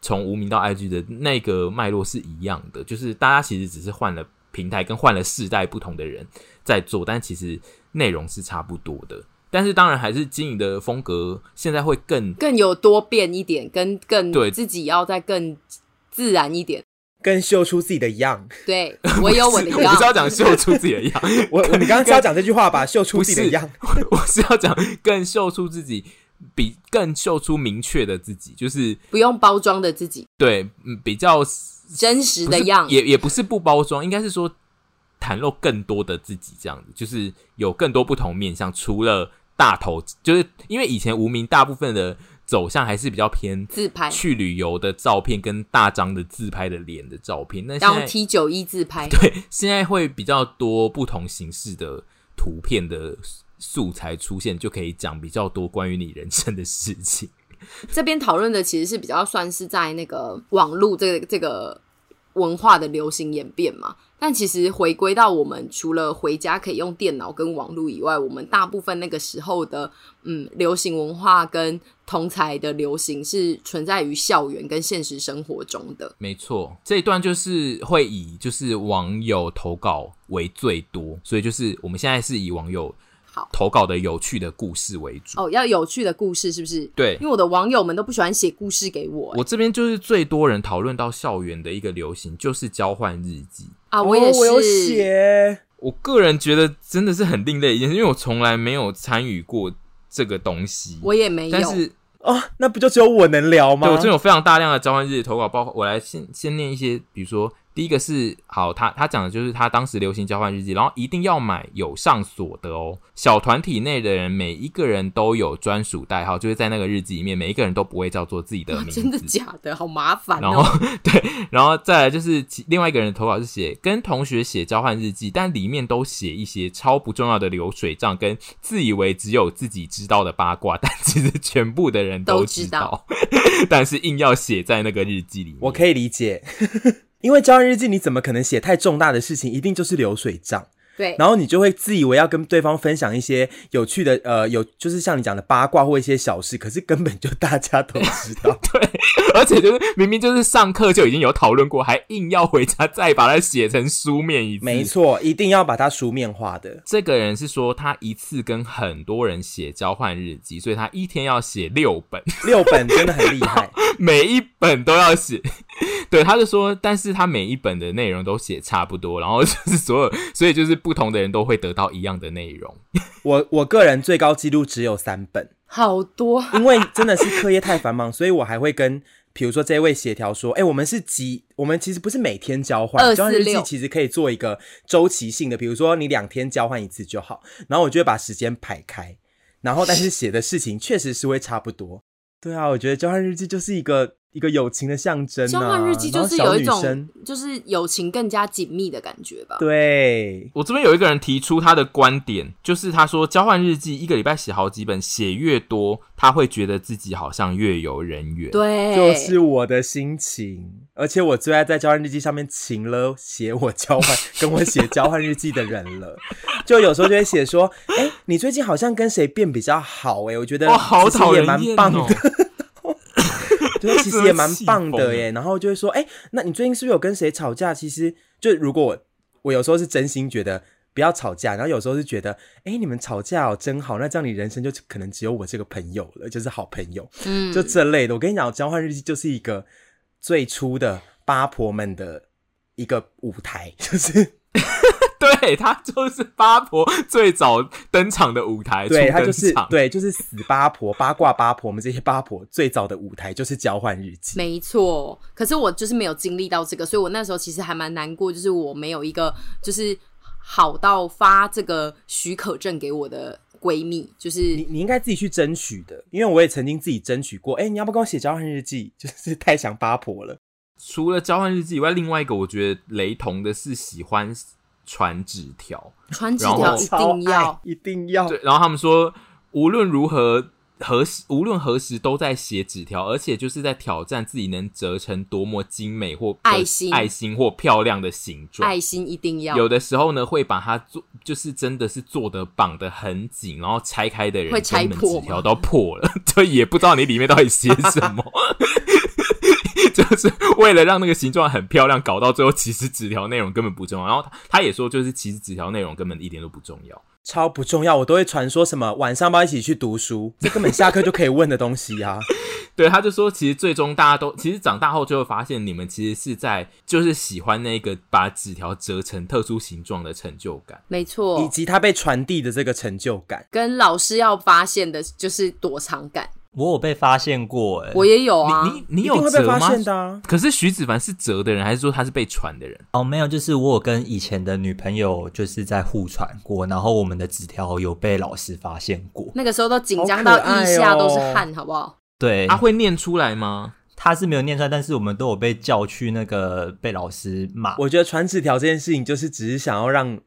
[SPEAKER 3] 从无名到 IG 的那个脉络是一样的，就是大家其实只是换了平台跟换了世代不同的人在做，但其实内容是差不多的。但是当然还是经营的风格现在会更
[SPEAKER 1] 更有多变一点，跟更
[SPEAKER 3] 对
[SPEAKER 1] 自己要再更自然一点。
[SPEAKER 2] 更秀出自己的样。
[SPEAKER 1] 对我有我的
[SPEAKER 3] 我不是
[SPEAKER 1] 样，
[SPEAKER 3] 要讲秀出自己的样，
[SPEAKER 2] 我我你刚刚是要讲这句话 吧？秀出
[SPEAKER 3] 不
[SPEAKER 2] 自己的
[SPEAKER 3] 是
[SPEAKER 2] 样，，
[SPEAKER 3] 我是要讲更秀出自己，比更秀出明确的自己，就是
[SPEAKER 1] 不用包装的自己，
[SPEAKER 3] 对，嗯，比较
[SPEAKER 1] 真实
[SPEAKER 3] 不
[SPEAKER 1] 的
[SPEAKER 3] 是
[SPEAKER 1] 样。
[SPEAKER 3] 也也不是不包装，应该是说袒露更多的自己，这样子就是有更多不同面向，除了大头，就是因为以前无名大部分的走向还是比较偏
[SPEAKER 1] 自拍，
[SPEAKER 3] 去旅游的照片跟大张的自拍的脸的照片，那现
[SPEAKER 1] 然后
[SPEAKER 3] 在
[SPEAKER 1] T 九一自拍，
[SPEAKER 3] 对，现在会比较多不同形式的图片的素材出现，就可以讲比较多关于你人生的事情。
[SPEAKER 1] 这边讨论的其实是比较算是在那个网络这个这个文化的流行演变嘛。但其实回归到我们除了回家可以用电脑跟网络以外，我们大部分那个时候的嗯流行文化跟同才的流行是存在于校园跟现实生活中的。
[SPEAKER 3] 没错，这一段就是会以就是网友投稿为最多，所以就是我们现在是以网友
[SPEAKER 1] 好
[SPEAKER 3] 投稿的有趣的故事为主。
[SPEAKER 1] 哦，要有趣的故事是不是？
[SPEAKER 3] 对
[SPEAKER 1] 因为我的网友们都不喜欢写故事给我、欸
[SPEAKER 3] 我这边就是最多人讨论到校园的一个流行，就是交换日记。
[SPEAKER 1] 啊，
[SPEAKER 2] 我
[SPEAKER 1] 也是。
[SPEAKER 2] 哦我有写，
[SPEAKER 3] 我个人觉得真的是很另类一件事，因为我从来没有参与过这个东西。
[SPEAKER 1] 我也没有，
[SPEAKER 3] 但是
[SPEAKER 2] 哦，那不就只有我能聊吗？
[SPEAKER 3] 对我真的有非常大量的交换日记投稿，包括我来先先念一些，比如说第一个是好，他他讲的就是他当时流行交换日记，然后一定要买有上锁的哦。小团体内的人每一个人都有专属代号，就是在那个日记里面，每一个人都不会叫做自己的
[SPEAKER 1] 啊
[SPEAKER 3] 名 字。
[SPEAKER 1] 真的假的？好麻烦
[SPEAKER 3] 然
[SPEAKER 1] 哦、
[SPEAKER 3] 后对，然后再来就是其另外一个人的投稿是写跟同学写交换日记，但里面都写一些超不重要的流水账，跟自以为只有自己知道的八卦，但其实全部的人
[SPEAKER 1] 都
[SPEAKER 3] 知
[SPEAKER 1] 知道
[SPEAKER 3] 但是硬要写在那个日记里面。
[SPEAKER 2] 我可以理解， 因为交换日记你怎么可能写太重大的事情？一定就是流水账，
[SPEAKER 1] 对，
[SPEAKER 2] 然后你就会自以为要跟对方分享一些有趣的，呃，有就是像你讲的八卦或一些小事，可是根本就大家都知 道。
[SPEAKER 3] 而且就是明明就是上课就已经有讨论过，还硬要回家再把它写成书面一次。
[SPEAKER 2] 没错，一定要把它书面化的。
[SPEAKER 3] 这个人是说他一次跟很多人写交换日记，所以他一天要写六本。
[SPEAKER 2] 六本真的很厉 害，
[SPEAKER 3] 每一本都要写。 对，他就说，但是他每一本的内容都写差不多，然后就是所有， 所以就是不同的人都会得到一样的内容。
[SPEAKER 2] 我我个人最高纪录只有三本，
[SPEAKER 1] 好多
[SPEAKER 2] 因为真的是课业太繁忙，所以我还会跟，比如说这位协调说，哎、我们是几，我们其实不是每天交换，
[SPEAKER 1] 246
[SPEAKER 2] 交换日记其实可以做一个周期性的，比如说你两天交换一次就好，然后我就会把时间排开，然后但是写的事情确实是会差不多。 对啊，我觉得交换日记就是一个一个友情的象征、啊，
[SPEAKER 1] 交换日记
[SPEAKER 2] 然
[SPEAKER 1] 就
[SPEAKER 2] 后
[SPEAKER 1] 是
[SPEAKER 2] 小
[SPEAKER 1] 有一
[SPEAKER 2] 女
[SPEAKER 1] 种
[SPEAKER 2] 生
[SPEAKER 1] 就是友情更加紧密的感觉吧。
[SPEAKER 2] 对，
[SPEAKER 3] 我这边有一个人提出他的观点，就是他说交换日记一个礼拜写好几本，写越多，他会觉得自己好像越有人缘。，
[SPEAKER 1] 对，
[SPEAKER 2] 就是我的心情，而且我最爱在交换日记上面请了写我交 换跟我写交换日记的人了，就有时候就会写说，哎、你最近好像跟谁变比较好、诶哎，我觉得
[SPEAKER 3] 哦，好
[SPEAKER 2] 其实
[SPEAKER 3] 讨
[SPEAKER 2] 也
[SPEAKER 3] 人
[SPEAKER 2] 蛮
[SPEAKER 3] 厌
[SPEAKER 2] 棒的，
[SPEAKER 3] 哦。
[SPEAKER 2] 对，其实也蛮棒
[SPEAKER 3] 真的气
[SPEAKER 2] 的
[SPEAKER 3] 疯
[SPEAKER 2] 耶。然后就会说，哎、那你最近是不是有跟谁吵架？其实就如果我我有时候是真心觉得不要吵架，然后有时候是觉得，哎、你们吵架哦真好，那这样你人生就可能只有我这个朋友了，就是好朋友。
[SPEAKER 1] 嗯，
[SPEAKER 2] 就这类的。我跟你讲，交换日记就是一个最初的八婆们的一个舞台， 就是
[SPEAKER 3] 对他就是八婆最早登场的舞台，
[SPEAKER 2] 对
[SPEAKER 3] 初
[SPEAKER 2] 她就
[SPEAKER 3] 登
[SPEAKER 2] 是
[SPEAKER 3] 场
[SPEAKER 2] 对就是死八婆、八卦八婆，我们这些八婆最早的舞台就是交换日记。
[SPEAKER 1] 没错。可是我就是没有经历到这个，所以我那时候其实还蛮难过，就是我没有一个就是好到发这个许可证给我的闺蜜，就是
[SPEAKER 2] 你你应该自己去争取的，因为我也曾经自己争取过。哎、你要不要跟我写交换日记？ 就是太想八婆了。
[SPEAKER 3] 除了交换日记以外，另外一个我觉得雷同的是喜欢传纸条。
[SPEAKER 1] 传纸
[SPEAKER 3] 然后
[SPEAKER 1] 条一
[SPEAKER 2] 超
[SPEAKER 1] 定
[SPEAKER 2] 爱
[SPEAKER 1] 要，
[SPEAKER 2] 一定要
[SPEAKER 3] 对，然后他们说无论如何何时无论何时都在写纸条，而且就是在挑战自己能折成多么精美或呃
[SPEAKER 1] 爱心
[SPEAKER 3] 爱心或漂亮的形状。
[SPEAKER 1] 爱心一定要
[SPEAKER 3] 有的时候呢，会把它做，就是真的是做的绑得很紧，然后拆开的人
[SPEAKER 1] 会拆
[SPEAKER 3] 根本
[SPEAKER 1] 破
[SPEAKER 3] 纸条
[SPEAKER 1] 吗
[SPEAKER 3] 都破了， 所以也不知道你里面到底写什么。 就是为了让那个形状很漂亮，搞到最后其实纸条内容根本不重要。然后他他也说，就是其实纸条内容根本一点都不重要。
[SPEAKER 2] 超不重要，我都会传说什么晚上要一起去 读书，这根本下课就可以问的东西啊。
[SPEAKER 3] 对，他就说，其实最终大家都，其实长大后就会发现，你们其实是在就是喜欢那个把纸条折成特殊形状的成就感。
[SPEAKER 1] 没
[SPEAKER 2] 以
[SPEAKER 1] 错，
[SPEAKER 2] 及他被传递的这个成就感。
[SPEAKER 1] 跟老师要发现的就是躲藏感，
[SPEAKER 4] 我有被发现过、欸，
[SPEAKER 1] 我也有啊。
[SPEAKER 3] 你你你
[SPEAKER 2] 一定
[SPEAKER 3] 有
[SPEAKER 2] 会被
[SPEAKER 3] 折吗？
[SPEAKER 2] 发现的啊
[SPEAKER 3] 可是徐子凡是折的人，还是说他是被传的人？
[SPEAKER 4] 哦，没有，就是我有跟以前的女朋友就是在互传过，然后我们的纸条有被老师发现过。
[SPEAKER 1] 那个时候都紧张到腋下都是
[SPEAKER 2] 好可爱哦
[SPEAKER 1] 汗，好不好？
[SPEAKER 4] 对，
[SPEAKER 3] 他会念出来吗？
[SPEAKER 4] 他是没有念出来，但是我们都有被叫去那个被老师骂。
[SPEAKER 2] 我觉得传纸条这件事情，就是只是想要让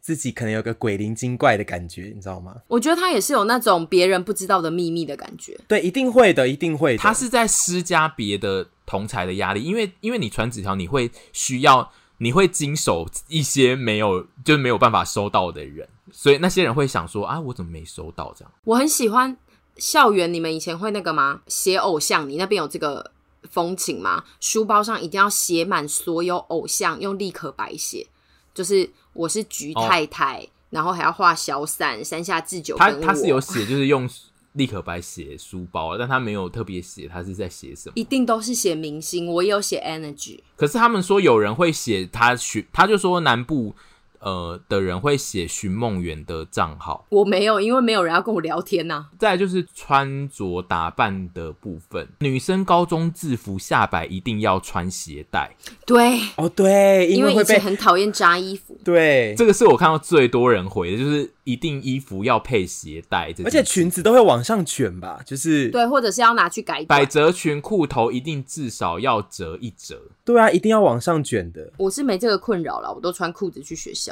[SPEAKER 2] 自己可能有个鬼灵精怪的感觉，你知道吗？
[SPEAKER 1] 我觉得他也是有那种别人不知道的秘密的感觉。
[SPEAKER 2] 对，一定会的，一定会的。
[SPEAKER 3] 他是在施加别的同才的压力，因为因为你传纸条，你会需要，你会经手一些没有就是没有办法收到的人，所以那些人会想说啊，我怎么没收到这样？
[SPEAKER 1] 我很喜欢校园，你们以前会那个吗？写偶像，你那边有这个风情吗？书包上一定要写满所有偶像，用立可白写，就是我是菊太太，然后还要画小伞、山下智久
[SPEAKER 3] 哦他
[SPEAKER 1] 跟我。
[SPEAKER 3] 他是有写，就是用立可白写书包，啊但他没有特别写他是在写什么。
[SPEAKER 1] 一定都是写明星，我也有写 energy。
[SPEAKER 3] 可是他们说有人会写他寻，他就说南部呃的人会写寻梦园的账号。
[SPEAKER 1] 我没有，因为没有人要跟我聊天啊呐、
[SPEAKER 3] 再来就是穿着打扮的部分，女生高中制服下摆一定要穿鞋带，
[SPEAKER 1] 对，
[SPEAKER 2] 哦，对，
[SPEAKER 1] 因
[SPEAKER 2] 因
[SPEAKER 1] 为
[SPEAKER 2] 会
[SPEAKER 1] 以前
[SPEAKER 2] 被
[SPEAKER 1] 很讨厌扎衣服，
[SPEAKER 2] 对，
[SPEAKER 3] 这个是我看到最多人回的，就是一定衣服要配鞋带这件事，
[SPEAKER 2] 而且裙子都会往上卷吧，就是
[SPEAKER 1] 对，或者是要拿去改
[SPEAKER 3] 百
[SPEAKER 1] 版。
[SPEAKER 3] 褶裙、裤头一定至少要折一折，
[SPEAKER 2] 对啊，一定要往上卷的。
[SPEAKER 1] 我是没这个困扰了，我都穿裤子去学校。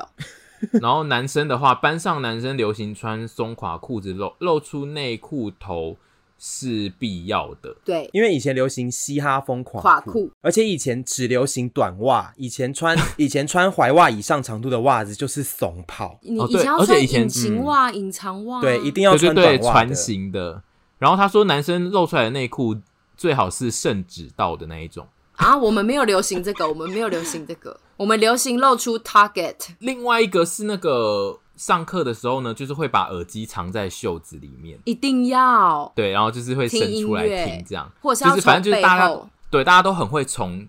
[SPEAKER 3] 然后男生的话，班上男生流行穿松垮裤子露露出内裤头是必要的。
[SPEAKER 1] 对，
[SPEAKER 2] 因为以前流行嘻哈风垮
[SPEAKER 1] 垮裤，
[SPEAKER 2] 而且以前只流行短袜，以前 穿以前穿踝袜以上长度的袜子就是怂跑，
[SPEAKER 1] 你
[SPEAKER 3] 哦
[SPEAKER 1] 以前
[SPEAKER 3] 对
[SPEAKER 1] 要
[SPEAKER 3] 而且
[SPEAKER 1] 穿
[SPEAKER 3] 以前嗯
[SPEAKER 1] 隐形袜、隐藏袜，
[SPEAKER 2] 对，一定要
[SPEAKER 3] 对对
[SPEAKER 2] 穿
[SPEAKER 3] 对，
[SPEAKER 2] 短袜
[SPEAKER 3] 船
[SPEAKER 2] 的。
[SPEAKER 3] 型的。然后他说，男生露出来的内裤最好是圣旨到的那一种。
[SPEAKER 1] 啊，我们没有流行这个，我们没有流行这个，我们流行露出 target。
[SPEAKER 3] 另外一个是那个上课的时候呢，就是会把耳机藏在袖子里面，
[SPEAKER 1] 一定要，
[SPEAKER 3] 对，然后就是会
[SPEAKER 1] 听
[SPEAKER 3] 伸出来
[SPEAKER 1] 音乐
[SPEAKER 3] 听这样，
[SPEAKER 1] 或者是
[SPEAKER 3] 就
[SPEAKER 1] 要
[SPEAKER 3] 是反正就是大
[SPEAKER 1] 从背
[SPEAKER 3] 家
[SPEAKER 1] 后
[SPEAKER 3] 对大家都很会从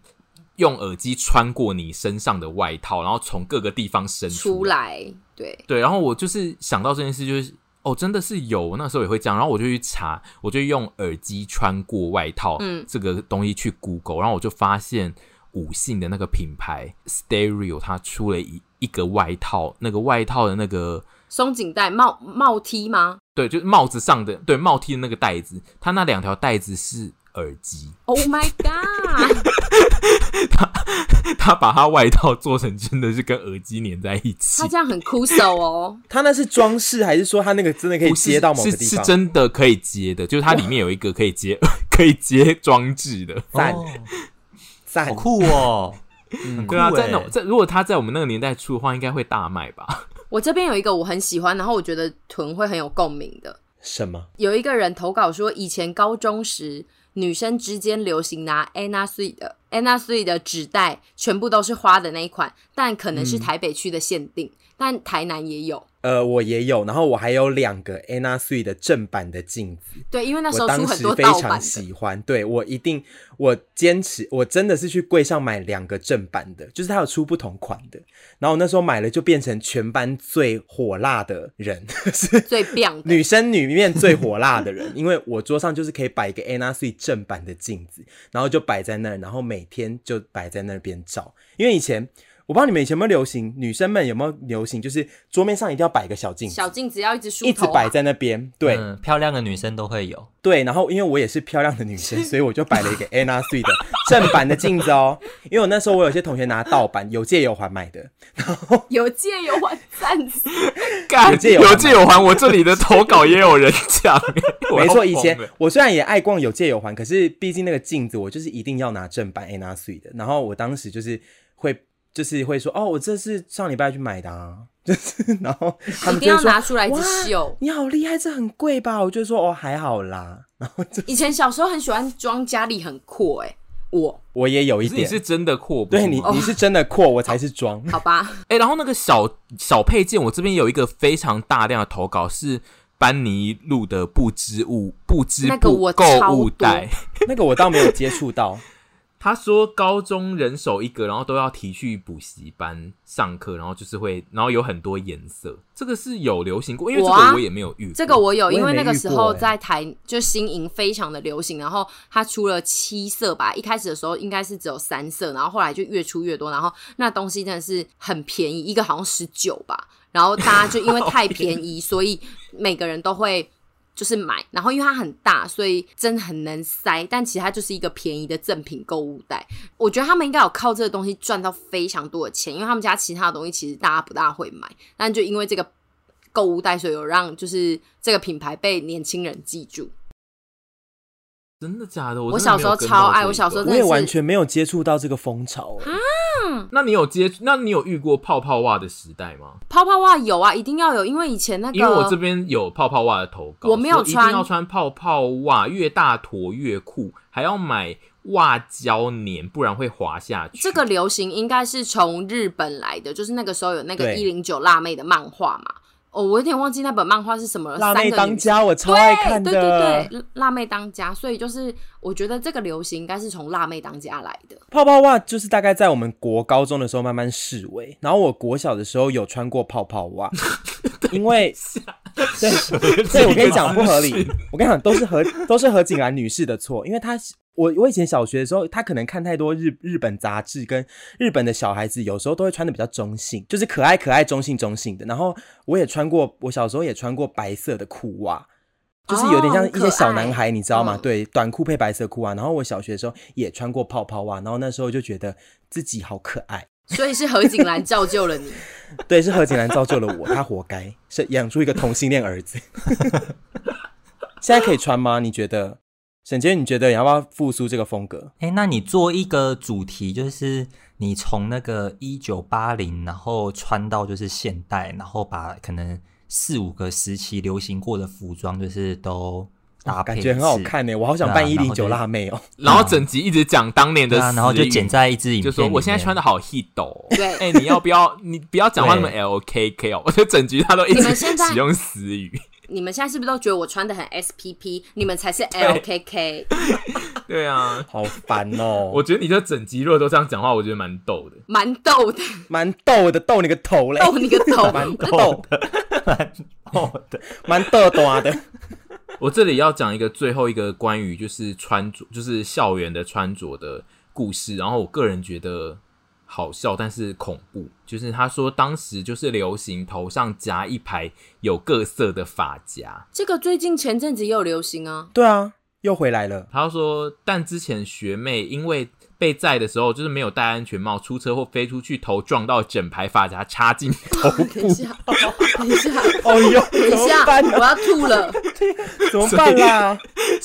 [SPEAKER 3] 用耳机穿过你身上的外套，然后从各个地方伸
[SPEAKER 1] 出来，对，
[SPEAKER 3] 对，然后我就是想到这件事，就是哦，真的是有，那时候也会这样，然后我就去查，我就用耳机穿过外套，
[SPEAKER 1] 嗯
[SPEAKER 3] 这个东西去 Google，然后我就发现五信的那个品牌 Stereo，它出了一一个外套，那个外套的那个。
[SPEAKER 1] 松紧带帽帽 T 吗？
[SPEAKER 3] 对，就是帽子上的对帽 T 的那个带子，它那两条带子是耳机，
[SPEAKER 1] Oh my god！
[SPEAKER 3] 它把它外套做成真的是跟耳机粘在一起
[SPEAKER 1] 他，这样很酷手哦，
[SPEAKER 2] 他那是装饰还是说他那个真的可以
[SPEAKER 3] 不是
[SPEAKER 2] 接到某个
[SPEAKER 3] 是
[SPEAKER 2] 地
[SPEAKER 3] 是
[SPEAKER 2] 方？
[SPEAKER 3] 真的可以接的，就是它里面有一个可以接 可以接装置的。
[SPEAKER 2] 赞
[SPEAKER 4] 哦
[SPEAKER 2] 赞哎
[SPEAKER 4] 好酷 哦，
[SPEAKER 2] 嗯
[SPEAKER 4] 很酷
[SPEAKER 3] 对啊，在
[SPEAKER 4] 欸
[SPEAKER 3] 那在如果它在我们那个年代出的话，应该会大卖 吧？
[SPEAKER 1] 我这边有一个我很喜欢，然后我觉得屯会很有共鸣的，
[SPEAKER 2] 什么？
[SPEAKER 1] 有一个人投稿说，以前高中时女生之间流行拿 Anna Sui 的 Anna Sui 的纸袋，全部都是花的那一款，但可能是台北区的限定，但台南也有。
[SPEAKER 2] 呃，我也有，然后我还有两个 Anna Sui 的正版的镜子，
[SPEAKER 1] 对，因为那时候出
[SPEAKER 2] 我当
[SPEAKER 1] 很
[SPEAKER 2] 时
[SPEAKER 1] 多
[SPEAKER 2] 非
[SPEAKER 1] 盗版
[SPEAKER 2] 常
[SPEAKER 1] 的。
[SPEAKER 2] 喜欢。对我一定，我坚持，我真的是去柜上买两个正版的，就是它有出不同款的。然后我那时候买了，就变成全班最火辣的人，是
[SPEAKER 1] 最棒的，
[SPEAKER 2] 女生里面最火辣的人，因 为我桌上就是可以摆一个 Anna C 正版的镜子，然后就摆在那儿，然后每天就摆在那边照。因为以前我不知道你们以前有没有流行，女生们有没有流行，就是桌面上一定要摆个小镜子，
[SPEAKER 1] 小镜子要一直梳头、啊，
[SPEAKER 2] 一直摆在那边。对、
[SPEAKER 4] 嗯漂亮的女生都会有，
[SPEAKER 2] 对，然后因为我也是漂亮的 女生，所以我就摆了一个 Anna Sui 的正版的镜子哦。因为我那时候我有些同学拿盗版，有借有还买的，
[SPEAKER 1] 有借有还，赞死！
[SPEAKER 3] 干
[SPEAKER 2] 有借有还
[SPEAKER 3] 有借有还，我这里的投稿也有人 讲，我
[SPEAKER 2] 没
[SPEAKER 3] 要
[SPEAKER 2] 错，以
[SPEAKER 3] 疯欸
[SPEAKER 2] 前
[SPEAKER 3] 了
[SPEAKER 2] 我虽然也爱逛有借有还，可是毕竟那个镜子，我就是一定要拿正版 Anna Sui 的。然后我当时就是会，就是会说，哦，我这是上礼拜去买的啊，就是然后他
[SPEAKER 1] 一
[SPEAKER 2] 们
[SPEAKER 1] 定
[SPEAKER 2] 就
[SPEAKER 1] 要
[SPEAKER 2] 会说，
[SPEAKER 1] 拿出来一直
[SPEAKER 2] 哇
[SPEAKER 1] 秀。
[SPEAKER 2] 你好厉害，这很贵吧？我就说，哦，还好啦。然后就
[SPEAKER 1] 以前小时候很喜欢装家里很阔，哎，我
[SPEAKER 2] 我也有一
[SPEAKER 3] 可是你
[SPEAKER 2] 点，
[SPEAKER 3] 是真的阔，不是
[SPEAKER 2] 对你哦
[SPEAKER 3] 吗
[SPEAKER 2] 你是真的阔，我才是装。
[SPEAKER 1] 好吧，
[SPEAKER 3] 哎、然后那个小小配件，我这边有一个非常大量的投稿是班尼路的不织物不织
[SPEAKER 1] 那个
[SPEAKER 3] 布
[SPEAKER 1] 我
[SPEAKER 3] 购
[SPEAKER 1] 超
[SPEAKER 3] 物
[SPEAKER 1] 多
[SPEAKER 3] 袋。
[SPEAKER 2] 那个我倒没有接触到，
[SPEAKER 3] 他说高中人手一个，然后都要提去补习班上课，然后就是会，然后有很多颜色，这个是有流行过，因为这
[SPEAKER 1] 我啊
[SPEAKER 3] 个我也没有遇过。
[SPEAKER 1] 这个我有，
[SPEAKER 2] 也
[SPEAKER 1] 因为
[SPEAKER 2] 没
[SPEAKER 1] 那个
[SPEAKER 2] 遇
[SPEAKER 1] 时
[SPEAKER 2] 过
[SPEAKER 1] 候
[SPEAKER 2] 欸
[SPEAKER 1] 在台就新营非常的流行，然后它出了七色吧，一开始的时候应该是只有三色，然后后来就越出越多，然后那东西真的是很便宜，一个好像十九吧，然后大家就因为太便宜，所以每个人都会。就是买，然后因为它很大，所以真的很能塞。但其实它就是一个便宜的赠品购物袋。我觉得他们应该有靠这个东西赚到非常多的钱，因为他们家其他的东西其实大家不大会买，但就因为这个购物袋，所以有让就是这个品牌被年轻人记住。
[SPEAKER 3] 真的假的？我
[SPEAKER 1] 我
[SPEAKER 3] 真的
[SPEAKER 1] 小
[SPEAKER 3] 没
[SPEAKER 1] 时
[SPEAKER 3] 有
[SPEAKER 1] 候
[SPEAKER 3] 跟
[SPEAKER 1] 超
[SPEAKER 3] 到
[SPEAKER 1] 爱
[SPEAKER 3] 这
[SPEAKER 1] 我小
[SPEAKER 3] 个
[SPEAKER 1] 时候真
[SPEAKER 2] 我
[SPEAKER 1] 的
[SPEAKER 2] 也
[SPEAKER 1] 是
[SPEAKER 2] 完全没有接触到这个风潮、欸。
[SPEAKER 3] 那你有接？那你有遇过泡泡袜的时代吗？
[SPEAKER 1] 泡泡袜有啊，一定要有，因为以前那个
[SPEAKER 3] 因为我这边有泡泡袜的投稿，
[SPEAKER 1] 我没有
[SPEAKER 3] 说一定
[SPEAKER 1] 穿
[SPEAKER 3] 要穿泡泡袜，越大坨越酷，还要买袜胶粘，不然会滑下去。
[SPEAKER 1] 这个流行应该是从日本来的，就是那个时候有那个
[SPEAKER 2] 对
[SPEAKER 1] 一零九辣妹的漫画嘛。哦，我有点忘记那本漫画是什么了。
[SPEAKER 2] 辣
[SPEAKER 1] 三个
[SPEAKER 2] 妹
[SPEAKER 1] 女
[SPEAKER 2] 当家，我超爱看的。
[SPEAKER 1] 对对对，辣妹当家，所以就是我觉得这个流行应该是从辣妹当家来的。
[SPEAKER 2] 泡泡袜就是大概在我们国高中的时候慢慢式微，然后我国小的时候有穿过泡泡袜，因为对，所以我跟你讲不合理，我跟你讲都是何都是何景兰女士的错，因为她我我以前小学的时候，她可能看太多日日本杂志跟日本的小孩子，有时候都会穿的比较中性，就是可爱可爱中性中性的，然后我也穿过，我小时候也穿过白色的裤袜。就是有点像一些小男哎孩，你知道吗？
[SPEAKER 1] 嗯
[SPEAKER 2] 对，短裤配白色裤啊。然后我小学的时候也穿过泡泡袜，然后那时候就觉得自己好可爱。
[SPEAKER 1] 所以是何景兰造就了 你。
[SPEAKER 2] 对，是何景兰造就了我，她活该，是养出一个同性恋儿子。 现在可以穿吗？你觉得？沈杰，你觉得你要不要复苏这个风格？
[SPEAKER 4] 哎，那你做一个主题，就是你从那个一九八零，然后穿到就是现代，然后把可能四五个时期流行过的服装，就是都
[SPEAKER 2] 哦
[SPEAKER 4] 搭配、
[SPEAKER 2] 感觉很好。看呢、我好想扮
[SPEAKER 4] 对啊
[SPEAKER 2] 一
[SPEAKER 4] 然
[SPEAKER 2] 零
[SPEAKER 4] 后就
[SPEAKER 2] 九辣妹哦、
[SPEAKER 3] 然后整集一直讲当年
[SPEAKER 4] 对
[SPEAKER 3] 的、
[SPEAKER 4] 啊，然后就剪。在一支影片
[SPEAKER 3] 就
[SPEAKER 4] 里
[SPEAKER 3] 说
[SPEAKER 4] 面。
[SPEAKER 3] 我现在穿的好 hit 哦，
[SPEAKER 1] 对
[SPEAKER 3] 哎、你要不要？你不要讲话那么 LKK 哦，我觉得整局他都一
[SPEAKER 1] 你
[SPEAKER 3] 直
[SPEAKER 1] 们现在
[SPEAKER 3] 使用词语。
[SPEAKER 1] 你们现在是不是都觉得我穿的很 SPP？你们才是 LKK。
[SPEAKER 3] 对啊，
[SPEAKER 2] 好烦哦、
[SPEAKER 3] 我觉得你这整集如果都这样讲话，我觉得蛮逗的。
[SPEAKER 1] 蛮逗的，
[SPEAKER 2] 蛮逗的，逗你个头嘞，
[SPEAKER 1] 逗你 个头！
[SPEAKER 2] 蛮逗，
[SPEAKER 4] 哦，对，
[SPEAKER 2] 蛮逗逗的。
[SPEAKER 3] 我这里要讲一个最后一个关于就是穿着，就是校园的穿着的故事。然后我个人觉得好笑，但是恐怖。就是他说当时就是流行头上夹一排有各色的发夹。
[SPEAKER 1] 这个最近前阵子也有流行啊，
[SPEAKER 2] 对啊，又回来了。
[SPEAKER 3] 他说，但之前学妹因为被载的时候就是没有戴安全帽，出车祸飞出去，头撞到整排发夹插进头
[SPEAKER 1] 等一
[SPEAKER 3] 部。
[SPEAKER 1] 下，等一下，
[SPEAKER 2] 哦呦，
[SPEAKER 1] 等一
[SPEAKER 2] 怎么
[SPEAKER 1] 下，
[SPEAKER 2] 办呢、
[SPEAKER 1] 我要吐了！
[SPEAKER 2] 怎么办啦？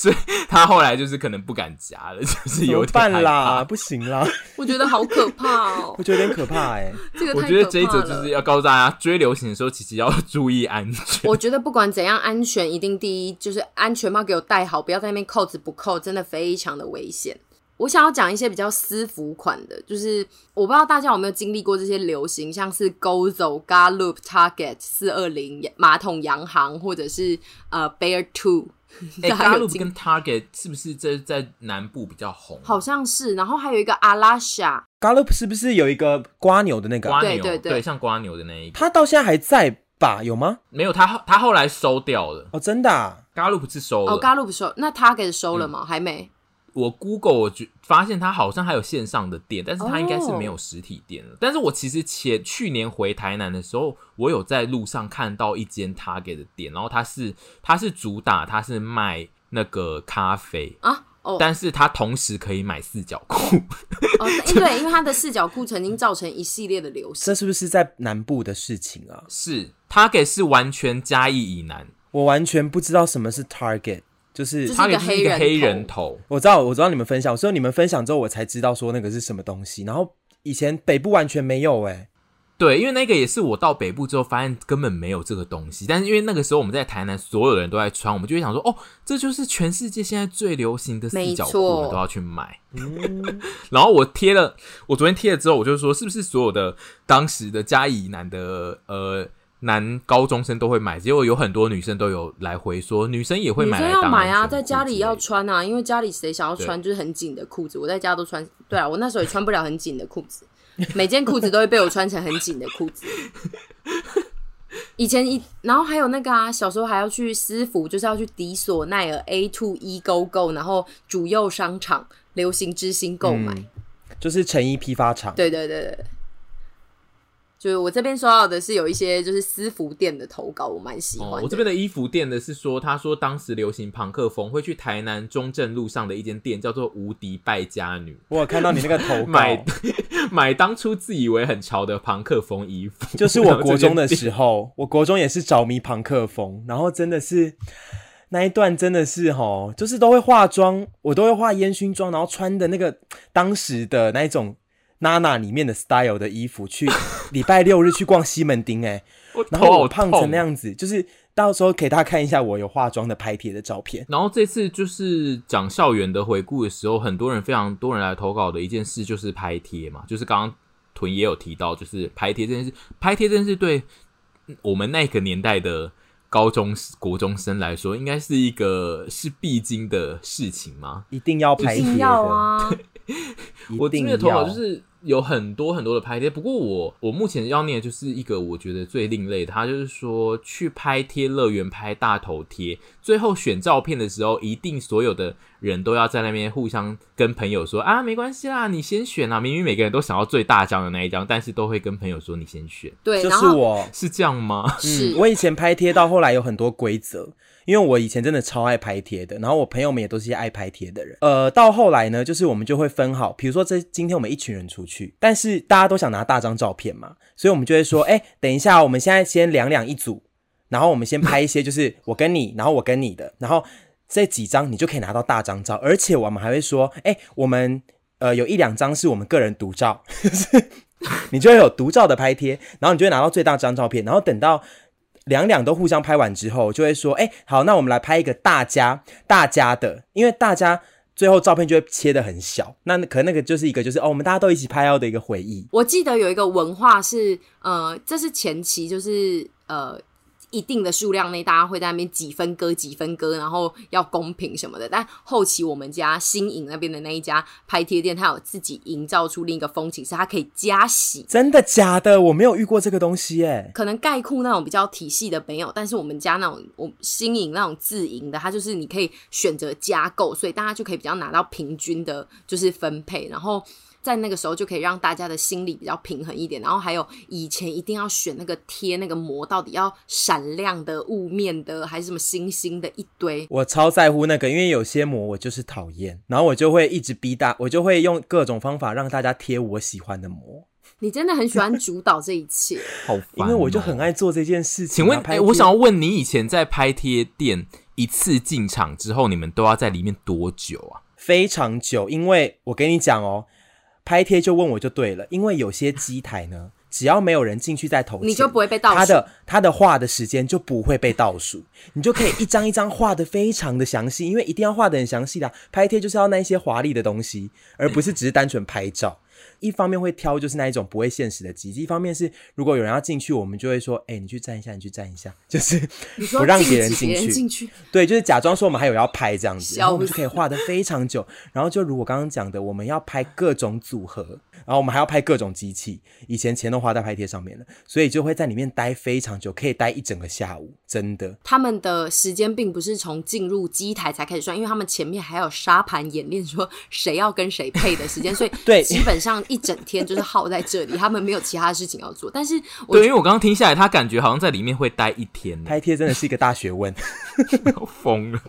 [SPEAKER 3] 他后来就是可能不敢夹了，就是
[SPEAKER 2] 怎么
[SPEAKER 3] 有点害
[SPEAKER 2] 办啦？
[SPEAKER 3] 怕。
[SPEAKER 2] 不行啦，
[SPEAKER 1] 我觉得好可怕 哦
[SPEAKER 2] 我，觉得有点可怕哎、
[SPEAKER 1] 这个
[SPEAKER 3] 我
[SPEAKER 1] 太
[SPEAKER 3] 觉得
[SPEAKER 1] 可
[SPEAKER 3] 这一
[SPEAKER 1] 怕
[SPEAKER 3] 则就
[SPEAKER 1] 了
[SPEAKER 3] 是要告诉大家，追流行的时候其实要注意安全。
[SPEAKER 1] 我觉得不管怎样，安全一定第一，就是安全帽给我戴好，不要在那边扣子不扣，真的非常的危险。我想要讲一些比较私服款的，就是我不知道大家有没有经历过这些流行，像是 Gozo、Gallup、Target、四二零、马桶洋行，或者是呃 Bear Two，
[SPEAKER 3] 哎、
[SPEAKER 1] 大
[SPEAKER 3] 欸，
[SPEAKER 1] 家
[SPEAKER 3] 大
[SPEAKER 1] 有
[SPEAKER 3] 陆
[SPEAKER 1] 经
[SPEAKER 3] 跟 Target 是不是这在南部比较红？
[SPEAKER 1] 好像是，然后还有一个阿拉夏，
[SPEAKER 2] Gallup 是不是有一个瓜牛的那个啊、
[SPEAKER 3] 瓜牛，
[SPEAKER 1] 对对对
[SPEAKER 3] 像瓜牛的那一个，
[SPEAKER 2] 他到现在还在吧？有吗？
[SPEAKER 3] 没有他后，他后来收掉了。
[SPEAKER 2] 哦，真的、啊？
[SPEAKER 3] Gallup 是收了，
[SPEAKER 1] 哦哦
[SPEAKER 3] 嗯
[SPEAKER 1] ，Gallup 收，那 Target 收了吗？还没，
[SPEAKER 3] 我 Google 我觉发现它好像还有线上的店，但是它应该是没有实体店了。但是我其实前去年回台南的时候，我有在路上看到一间 Target 的店，然后它是它是主打它是卖那个咖啡，
[SPEAKER 1] 啊。哦
[SPEAKER 3] 但是它同时可以买四角裤。
[SPEAKER 1] 哦，对，因为它的四角裤曾经造成一系列的流行
[SPEAKER 2] 这。是不是在南部的事情啊？
[SPEAKER 3] 是 Target 是完全嘉义以南，
[SPEAKER 2] 我完全不知道什么是 target，就是
[SPEAKER 1] 就是
[SPEAKER 3] 它
[SPEAKER 1] 一个
[SPEAKER 3] 也是一个黑
[SPEAKER 1] 黑
[SPEAKER 3] 人
[SPEAKER 1] 人
[SPEAKER 3] 头，
[SPEAKER 2] 我知道，我知道你们分享，所以你们分享之后，我才知道说那个是什么东西。然后以前北部完全没有哎、
[SPEAKER 3] 对，因为那个也是我到北部之后发现根本没有这个东西，但是因为那个时候我们在台南，所有人都在穿，我们就会想说，哦，这就是全世界现在最流行的四角
[SPEAKER 1] 没
[SPEAKER 3] 裤，
[SPEAKER 1] 错
[SPEAKER 3] 我们都要去买。 然后我贴了，我昨天贴了之后，我就说，是不是所有的当时的嘉义以南的呃男高中生都会买？结果有很多女生都有来回说，女生也会
[SPEAKER 1] 女
[SPEAKER 3] 买
[SPEAKER 1] 生
[SPEAKER 3] 来
[SPEAKER 1] 要
[SPEAKER 3] 当
[SPEAKER 1] 买啊，
[SPEAKER 3] 安全
[SPEAKER 1] 在
[SPEAKER 3] 裤
[SPEAKER 1] 家
[SPEAKER 3] 之
[SPEAKER 1] 里
[SPEAKER 3] 类
[SPEAKER 1] 要
[SPEAKER 3] 的
[SPEAKER 1] 穿啊，因为家里谁想要穿就是很紧的裤子，我在家都穿。对啊，我那时候也穿不了很紧的裤子，每件裤子都会被我穿成很紧的裤子。以前一，然后还有那个啊，小时候还要去私服，就是要去迪索奈尔 A Two E Go Go，然后主右商场流行之星购买。
[SPEAKER 2] 嗯就是成衣批发厂。
[SPEAKER 1] 对对对对，对就是我这边收到的是有一些就是私服店的投稿，我蛮喜欢
[SPEAKER 3] 哦
[SPEAKER 1] 的。，
[SPEAKER 3] 我这边的衣服店的是说，他说当时流行朋克风，会去台南中正路上的一间店叫做无敌败家女，
[SPEAKER 2] 我有看到你那个 投
[SPEAKER 3] 买
[SPEAKER 2] 稿，
[SPEAKER 3] 买当初自以为很潮的朋克风衣服，
[SPEAKER 2] 就是我国中的时候，我国中也是着迷朋克风，然后真的是那一段真的是吼，就是都会化妆，我都会化烟熏妆，然后穿的那个当时的那一种。娜娜里面的 style 的衣服，去礼拜六日去逛西门町、 哎，
[SPEAKER 3] 我
[SPEAKER 2] 然
[SPEAKER 3] 头
[SPEAKER 2] 后
[SPEAKER 3] 好
[SPEAKER 2] 我胖成那
[SPEAKER 3] 痛。
[SPEAKER 2] 样子，就是到时候给大家看一下我有化妆的拍贴的照片。
[SPEAKER 3] 然后这次就是讲校园的回顾的时候，很多人非常多人来投稿的一件事就是拍贴嘛，就是刚刚屯也有提到，就是拍贴这件事，拍贴这件事对我们那个年代的高中国中生来说，应该是一个是必经的事情吗？
[SPEAKER 2] 一定要拍
[SPEAKER 1] 一
[SPEAKER 2] 贴
[SPEAKER 1] 定
[SPEAKER 2] 的，
[SPEAKER 1] 要啊！
[SPEAKER 2] 一定要
[SPEAKER 3] 我这边的投稿就是有很多很多的拍贴，不过我我目前要念的就是一个我觉得最另类的，他就是说去拍贴乐园拍大头贴，最后选照片的时候，一定所有的人都要在那边互相跟朋友说啊，没关系啦，你先选啦。明明每个人都想要最大张的那一张，但是都会跟朋友说你先选，
[SPEAKER 1] 对，
[SPEAKER 2] 就
[SPEAKER 1] 然
[SPEAKER 2] 是
[SPEAKER 1] 后
[SPEAKER 2] 我。
[SPEAKER 3] 是这样 吗？
[SPEAKER 1] 是、
[SPEAKER 2] 嗯我以前拍贴到后来有很多规则，因为我以前真的超爱拍贴的，然后我朋友们也都是一些爱拍贴的人。呃，到后来呢，就是我们就会分好，比如说这今天我们一群人出去，但是大家都想拿大张照片嘛，所以我们就会说，哎、等一下，我们现在先两两一组，然后我们先拍一些，就是我跟你，然后我跟你的，然后这几张你就可以拿到大张照，而且我们还会说，哎、我们呃有一两张是我们个人独照，你就会有独照的拍贴，然后你就会拿到最大张照片，然后等到。两两都互相拍完之后，就会说：“哎、好，那我们来拍一个大家大家的，因为大家最后照片就会切的很小。那可能那个就是一个就是哦，我们大家都一起拍到的一个回忆。
[SPEAKER 1] 我记得有一个文化是，呃，这是前期，就是呃，一定的数量内，大家会在那边几分割几分割，然后要公平什么的。但后期我们家新颖那边的那一家拍贴店，它有自己营造出另一个风情，是它可以加洗。
[SPEAKER 2] 真的假的？我没有遇过这个东西哎、
[SPEAKER 1] 可能概括那种比较体系的没有，但是我们家那种我新颖那种自营的，它就是你可以选择加购，所以大家就可以比较拿到平均的，就是分配，然后。在那个时候就可以让大家的心理比较平衡一点，然后还有以前一定要选那个贴那个膜，到底要闪亮的、雾面的，还是什么星星的一堆，
[SPEAKER 2] 我超在乎那个，因为有些膜我就是讨厌，然后我就会一直逼大，我就会用各种方法让大家贴我喜欢的膜，
[SPEAKER 1] 你真的很喜欢主导这一切。
[SPEAKER 3] 好烦、
[SPEAKER 2] 因为我就很。爱做这件事情啊。
[SPEAKER 3] 请问，哎、
[SPEAKER 2] 拍贴
[SPEAKER 3] 我想要问你，以前在拍贴店一次进场之后，你们都要在里面多久啊？
[SPEAKER 2] 非常久，因为我跟你讲哦，拍贴就问我就对了，因为有些机台呢，只要没有人进去再投钱，
[SPEAKER 1] 你就不会被倒数
[SPEAKER 2] 他的他的画的时间就不会被倒数，你就可以一张一张画的非常的详细，因为一定要画的很详细啦。拍贴就是要那一些华丽的东西，而不是只是单纯拍照。一方面会挑就是那一种不会现实的机制，一方面是如果有人要进去，我们就会说，哎、你去站一下，你去站一下，就是
[SPEAKER 1] 你说
[SPEAKER 2] 不让
[SPEAKER 1] 禁
[SPEAKER 2] 别人
[SPEAKER 1] 止
[SPEAKER 2] 进
[SPEAKER 1] 别人
[SPEAKER 2] 去
[SPEAKER 1] 进。去，
[SPEAKER 2] 对，就是假装说我们还有要拍这样子，然后我们
[SPEAKER 1] 笑
[SPEAKER 2] 就可以画的非常久。然后就如我刚刚讲的，我们要拍各种组合，然后我们还要拍各种机器。以前钱都花在拍贴上面了，所以就会在里面待非常久，可以待一整个下午，真的。
[SPEAKER 1] 他们的时间并不是从进入机台才开始算，因为他们前面还有沙盘演练，说谁要跟谁配的时间，所以
[SPEAKER 2] 对
[SPEAKER 1] 基本上一整天就是耗在这里，他们没有其他的事情要做。但是我
[SPEAKER 3] 对，因为我刚刚听下来，他感觉好像在里面会待一天呢，
[SPEAKER 2] 拍贴真的是一个大学问，
[SPEAKER 3] 我疯了。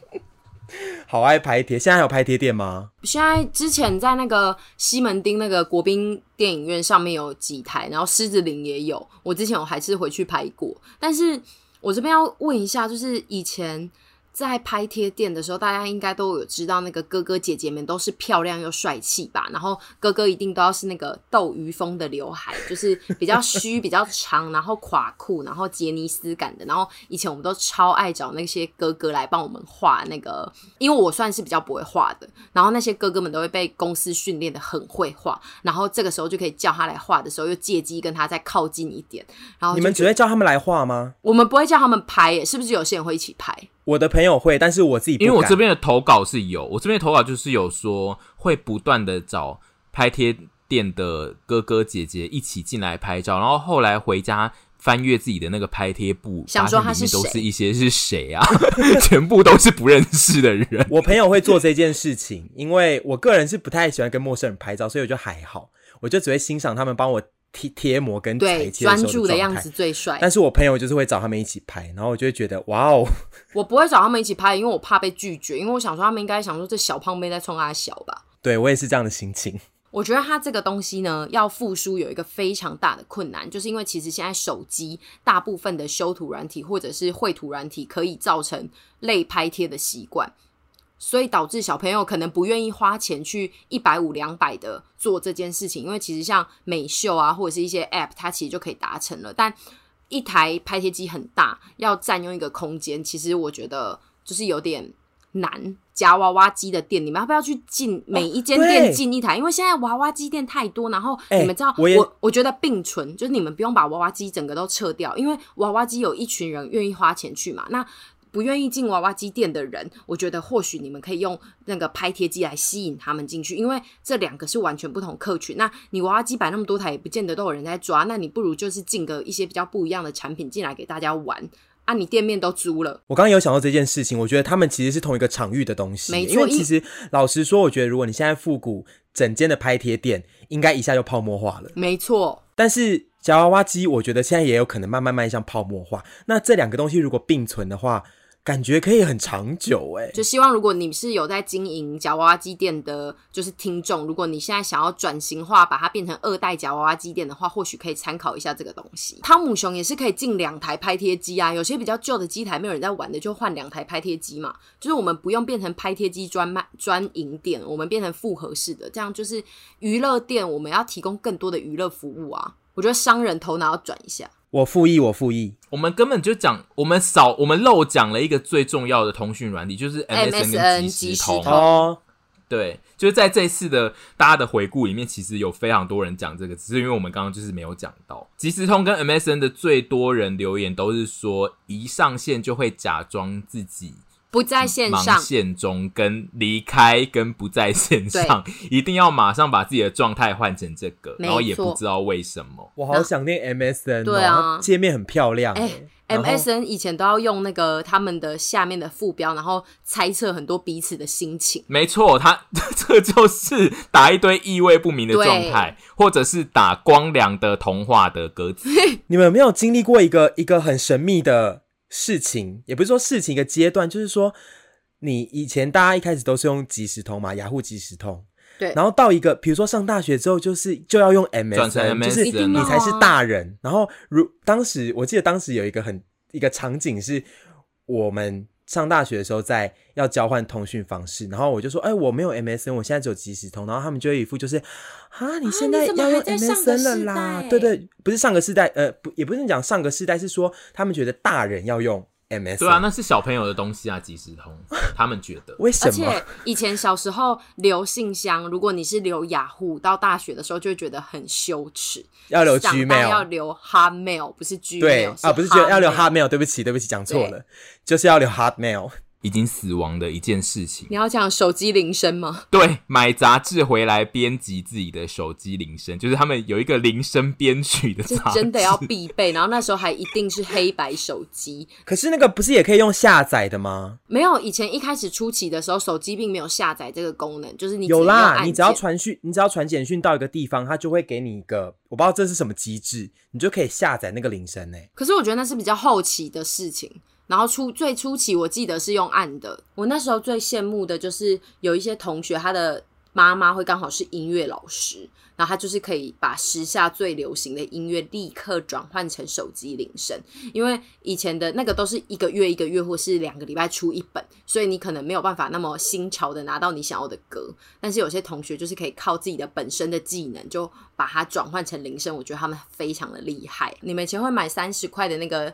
[SPEAKER 2] 好爱拍贴。现在还有拍贴店吗？
[SPEAKER 1] 现在之前在那个西门町那个国宾电影院上面有几台，然后狮子林也有。我之前我还是回去拍过，但是我这边要问一下，就是以前在拍贴店的时候，大家应该都有知道那个哥哥姐姐们都是漂亮又帅气吧？然后哥哥一定都要是那个斗鱼风的刘海， 就是比较虚、比较长，然后垮裤，然后杰尼斯感的。然后以前我们都超爱找那些哥哥来帮我们画那个，因为我算是比较不会画的，然后那些哥哥们都会被公司训练的很会画，然后这个时候就可以叫他来画的时候，又借机跟他再靠近一点。然后
[SPEAKER 2] 你
[SPEAKER 1] 哦就
[SPEAKER 2] 们
[SPEAKER 1] 觉
[SPEAKER 2] 只
[SPEAKER 1] 得
[SPEAKER 2] 会叫他们来画吗？
[SPEAKER 1] 我们不会叫他们拍耶，是不是有些人会一起拍？
[SPEAKER 2] 我的朋友会，但是我自己不
[SPEAKER 3] 因为我
[SPEAKER 2] 敢
[SPEAKER 3] 这边的投稿是有，我这边的投稿就是有说会不断的找拍贴店的哥哥姐姐一起进来拍照，然后后来回家翻阅自己的那个拍贴簿，
[SPEAKER 1] 想说
[SPEAKER 3] 发
[SPEAKER 1] 他是
[SPEAKER 3] 现里面都
[SPEAKER 1] 谁
[SPEAKER 3] 是一些是谁啊， 全部都是不认识的人。
[SPEAKER 2] 我朋友会做这件事情，因为我个人是不太喜欢跟陌生人拍照，所以我就还好，我就只会欣赏他们帮我贴贴膜跟裁
[SPEAKER 1] 对，
[SPEAKER 2] 切的
[SPEAKER 1] 专
[SPEAKER 2] 时候
[SPEAKER 1] 注的
[SPEAKER 2] 状
[SPEAKER 1] 样
[SPEAKER 2] 态
[SPEAKER 1] 子。最帅。
[SPEAKER 2] 但是我朋友就是会找他们一起拍，然后我就会觉得哇哦，
[SPEAKER 1] 我不会找他们一起拍，因为我怕被拒绝，因为我想说他们应该想说这小胖妹在冲他小吧。
[SPEAKER 2] 对我也是这样的心情。
[SPEAKER 1] 我觉得它这个东西呢，要复苏有一个非常大的困难，就是因为其实现在手机大部分的修图软体或者是绘图软体可以造成类拍贴的习惯，所以导致小朋友可能不愿意花钱去一百五两百的做这件事情，因为其实像美秀啊或者是一些 App，它其实就可以达成了，但一台拍贴机很大，要占用一个空间，其实我觉得就是有点难。夹娃娃机的店，你们要不要去进每一间
[SPEAKER 2] 哦
[SPEAKER 1] 店
[SPEAKER 2] 对
[SPEAKER 1] 进一台？因为现在娃娃机店太多，然后
[SPEAKER 2] 哎
[SPEAKER 1] 你们知道，
[SPEAKER 2] 我也
[SPEAKER 1] 我我觉得并存，就是你们不用把娃娃机整个都撤掉，因为娃娃机有一群人愿意花钱去嘛。那不愿意进娃娃机店的人，我觉得或许你们可以用那个拍贴机来吸引他们进去，因为这两个是完全不同客群。那你娃娃机摆那么多台，也不见得都有人在抓，那你不如就是进个一些比较不一样的产品进来给大家玩啊。你店面都租了，
[SPEAKER 2] 我刚刚有想到这件事情，我觉得他们其实是同一个场域的东西。
[SPEAKER 1] 没错
[SPEAKER 2] 因为
[SPEAKER 1] 因
[SPEAKER 2] 其实老实说，我觉得如果你现在复古整间的拍贴店，应该一下就泡沫化了。
[SPEAKER 1] 没错，
[SPEAKER 2] 但是夹娃娃机，我觉得现在也有可能慢慢迈向泡沫化。那这两个东西如果并存的话，感觉可以很长久哎、
[SPEAKER 1] 就希望如果你是有在经营夹娃娃机店的，就是听众，如果你现在想要转型化，把它变成二代夹娃娃机店的话，或许可以参考一下这个东西。汤姆熊也是可以进两台拍贴机啊，有些比较旧的机台没有人在玩的，就换两台拍贴机嘛。就是我们不用变成拍贴机专卖专营店，我们变成复合式的，这样就是娱乐店，我们要提供更多的娱乐服务啊。我觉得商人头脑要转一下。
[SPEAKER 2] 我复议，我复议。
[SPEAKER 3] 我们根本就讲，我们少，我们漏讲了一个最重要的通讯软体，就是 MSN 跟
[SPEAKER 1] MSN
[SPEAKER 3] 即
[SPEAKER 1] 即
[SPEAKER 3] 时
[SPEAKER 1] 时
[SPEAKER 3] 通。
[SPEAKER 1] 通
[SPEAKER 2] 哦，
[SPEAKER 3] 对，就是在这一次的大家的回顾里面，其实有非常多人讲这个，只是因为我们刚刚就是没有讲到。即时通跟 MSN 的最多人留言都是说，一上线就会假装自己
[SPEAKER 1] 不在线
[SPEAKER 3] 忙
[SPEAKER 1] 上，
[SPEAKER 3] 线中，跟离开，跟不在线上，一定要马上把自己的状态换成这个，
[SPEAKER 1] 没
[SPEAKER 3] 然后也
[SPEAKER 1] 错
[SPEAKER 3] 不知道为什么。
[SPEAKER 2] 我好想念 MSN、哦。
[SPEAKER 1] 对啊
[SPEAKER 2] 界面很漂亮、
[SPEAKER 1] 哎
[SPEAKER 2] 欸。然后
[SPEAKER 1] MSN 以前都要用那个他们的下面的副标，然后猜测很多彼此的心情。
[SPEAKER 3] 没错，他 这就是打一堆意味不明的状态，或者是打光良的童话的歌词。
[SPEAKER 2] 你们有没有经历过一个一个很神秘的事情？也不是说事情一个阶段，就是说你以前大家一开始都是用即时通嘛，雅虎即时通。
[SPEAKER 1] 对
[SPEAKER 2] 然后到一个，比如说上大学之后，就是就要用 MSN，
[SPEAKER 3] 转成
[SPEAKER 2] 就是
[SPEAKER 1] 一定要
[SPEAKER 2] 你
[SPEAKER 1] 啊
[SPEAKER 2] 才是大人。然后如当时我记得当时有一个很一个场景是我们。上大学的时候，在要交换通讯方式，然后我就说：“哎、我没有 MSN，我现在只有即时通。”然后他们就有一副就是：“啊，你现在
[SPEAKER 1] 你怎么
[SPEAKER 2] 要用
[SPEAKER 1] 还在上个
[SPEAKER 2] MSN 了
[SPEAKER 1] 世
[SPEAKER 2] 啦？”
[SPEAKER 1] 代
[SPEAKER 2] 对对，不是上个世代，呃，不也不是讲上个世代，是说他们觉得大人要用 MSN。
[SPEAKER 3] 对啊，那是小朋友的东西啊，即时通，他们觉得。
[SPEAKER 2] 为什
[SPEAKER 1] 而
[SPEAKER 2] 么
[SPEAKER 1] 且？以前小时候留信箱，如果你是留雅虎，到大学的时候就会觉得很羞耻。
[SPEAKER 2] 要留
[SPEAKER 1] 长大
[SPEAKER 2] Gmail
[SPEAKER 1] 要留 Hotmail，不是 Gmail，
[SPEAKER 2] 对啊，不是觉得要留
[SPEAKER 1] Hotmail
[SPEAKER 2] Hotmail，对不起，对不起，讲错了，就是要留 Hotmail。
[SPEAKER 3] 已经死亡的一件事情
[SPEAKER 1] 你。要讲手机铃声 吗？
[SPEAKER 3] 对，买杂志回来编辑自己的手机铃声，就是他们有一个铃声编曲的
[SPEAKER 1] 这
[SPEAKER 3] 杂志，
[SPEAKER 1] 真的要必备。然后那时候还一定是黑白手机，
[SPEAKER 2] 可是那个不是也可以用下载的吗？
[SPEAKER 1] 没有以前一开始初期的时候，手机并没有下载这个功能，就是你只能
[SPEAKER 2] 有
[SPEAKER 1] 用
[SPEAKER 2] 啦，
[SPEAKER 1] 按
[SPEAKER 2] 你只要
[SPEAKER 1] 键
[SPEAKER 2] 传讯，你只要传简讯到一个地方，它就会给你一个，我不知道这是什么机制，你就可以下载那个铃声呢。
[SPEAKER 1] 可是我觉得那是比较后期的事情。然后初最初期，我记得是用按的。我那时候最羡慕的就是有一些同学，他的妈妈会刚好是音乐老师，然后他就是可以把时下最流行的音乐立刻转换成手机铃声。因为以前的那个都是一个月一个月，或是两个礼拜出一本，所以你可能没有办法那么新潮的拿到你想要的歌。但是有些同学就是可以靠自己的本身的技能，就把它转换成铃声，我觉得他们非常的厉害。你们以前会买三十块的那个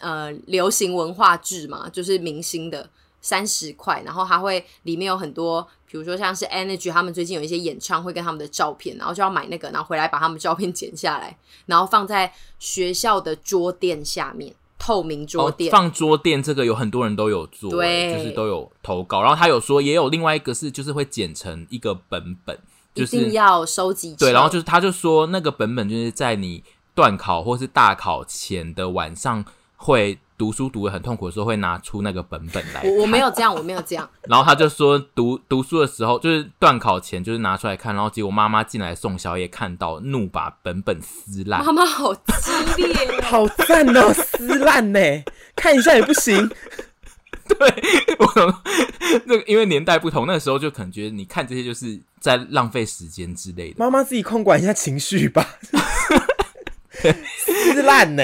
[SPEAKER 1] 呃流行文化志吗？就是明星的。三十块，然后它会里面有很多，比如说像是 Energy 他们最近有一些演唱会跟他们的照片，然后就要买那个，然后回来把他们照片剪下来，然后放在学校的桌垫下面，透明桌
[SPEAKER 3] 哦
[SPEAKER 1] 垫、
[SPEAKER 3] 放桌垫这个有很多人都有做，
[SPEAKER 1] 对
[SPEAKER 3] 就是都有投稿。然后他有说，也有另外一个是就是会剪成一个本本，就
[SPEAKER 1] 一
[SPEAKER 3] 是
[SPEAKER 1] 定要收集
[SPEAKER 3] 对，
[SPEAKER 1] 车
[SPEAKER 3] 然后就是他就说那个本本就是在你段考或是大考前的晚上会。读书读得很痛苦的时候，会拿出那个本本来看。
[SPEAKER 1] 我我没有这样，我没有这 样，
[SPEAKER 3] 然后他就说读读书的时候，就是段考前，就是拿出来看，然后结果妈妈进来送宵夜，看到怒把本本撕烂
[SPEAKER 1] 妈。妈好激烈哦。
[SPEAKER 2] 好赞哦，撕烂呢， 看一下也不行。
[SPEAKER 3] 我 那个因为年代不同，那个时候就可能觉得你看这些就是在浪费时间之类的。
[SPEAKER 2] 妈妈自己控管一下情绪 吧。撕烂呢、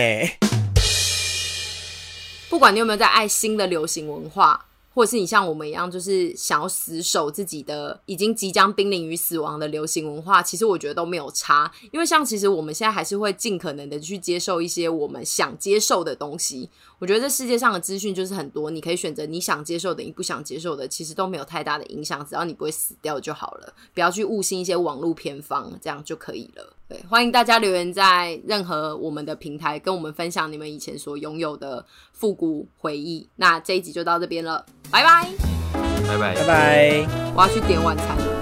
[SPEAKER 1] 不管你有没有在爱新的流行文化，或者是你像我们一样，就是想要死守自己的已经即将濒临于死亡的流行文化，其实我觉得都没有差。因为像其实我们现在还是会尽可能的去接受一些我们想接受的东西。我觉得这世界上的资讯就是很多，你可以选择你想接受的，你不想接受的，其实都没有太大的影响，只要你不会死掉就好了。不要去误信一些网络偏方，这样就可以了。对，欢迎大家留言在任何我们的平台，跟我们分享你们以前所拥有的复古回忆。那这一集就到这边了，拜拜！
[SPEAKER 3] 拜拜
[SPEAKER 2] 拜。拜。
[SPEAKER 1] 我要去点晚餐了。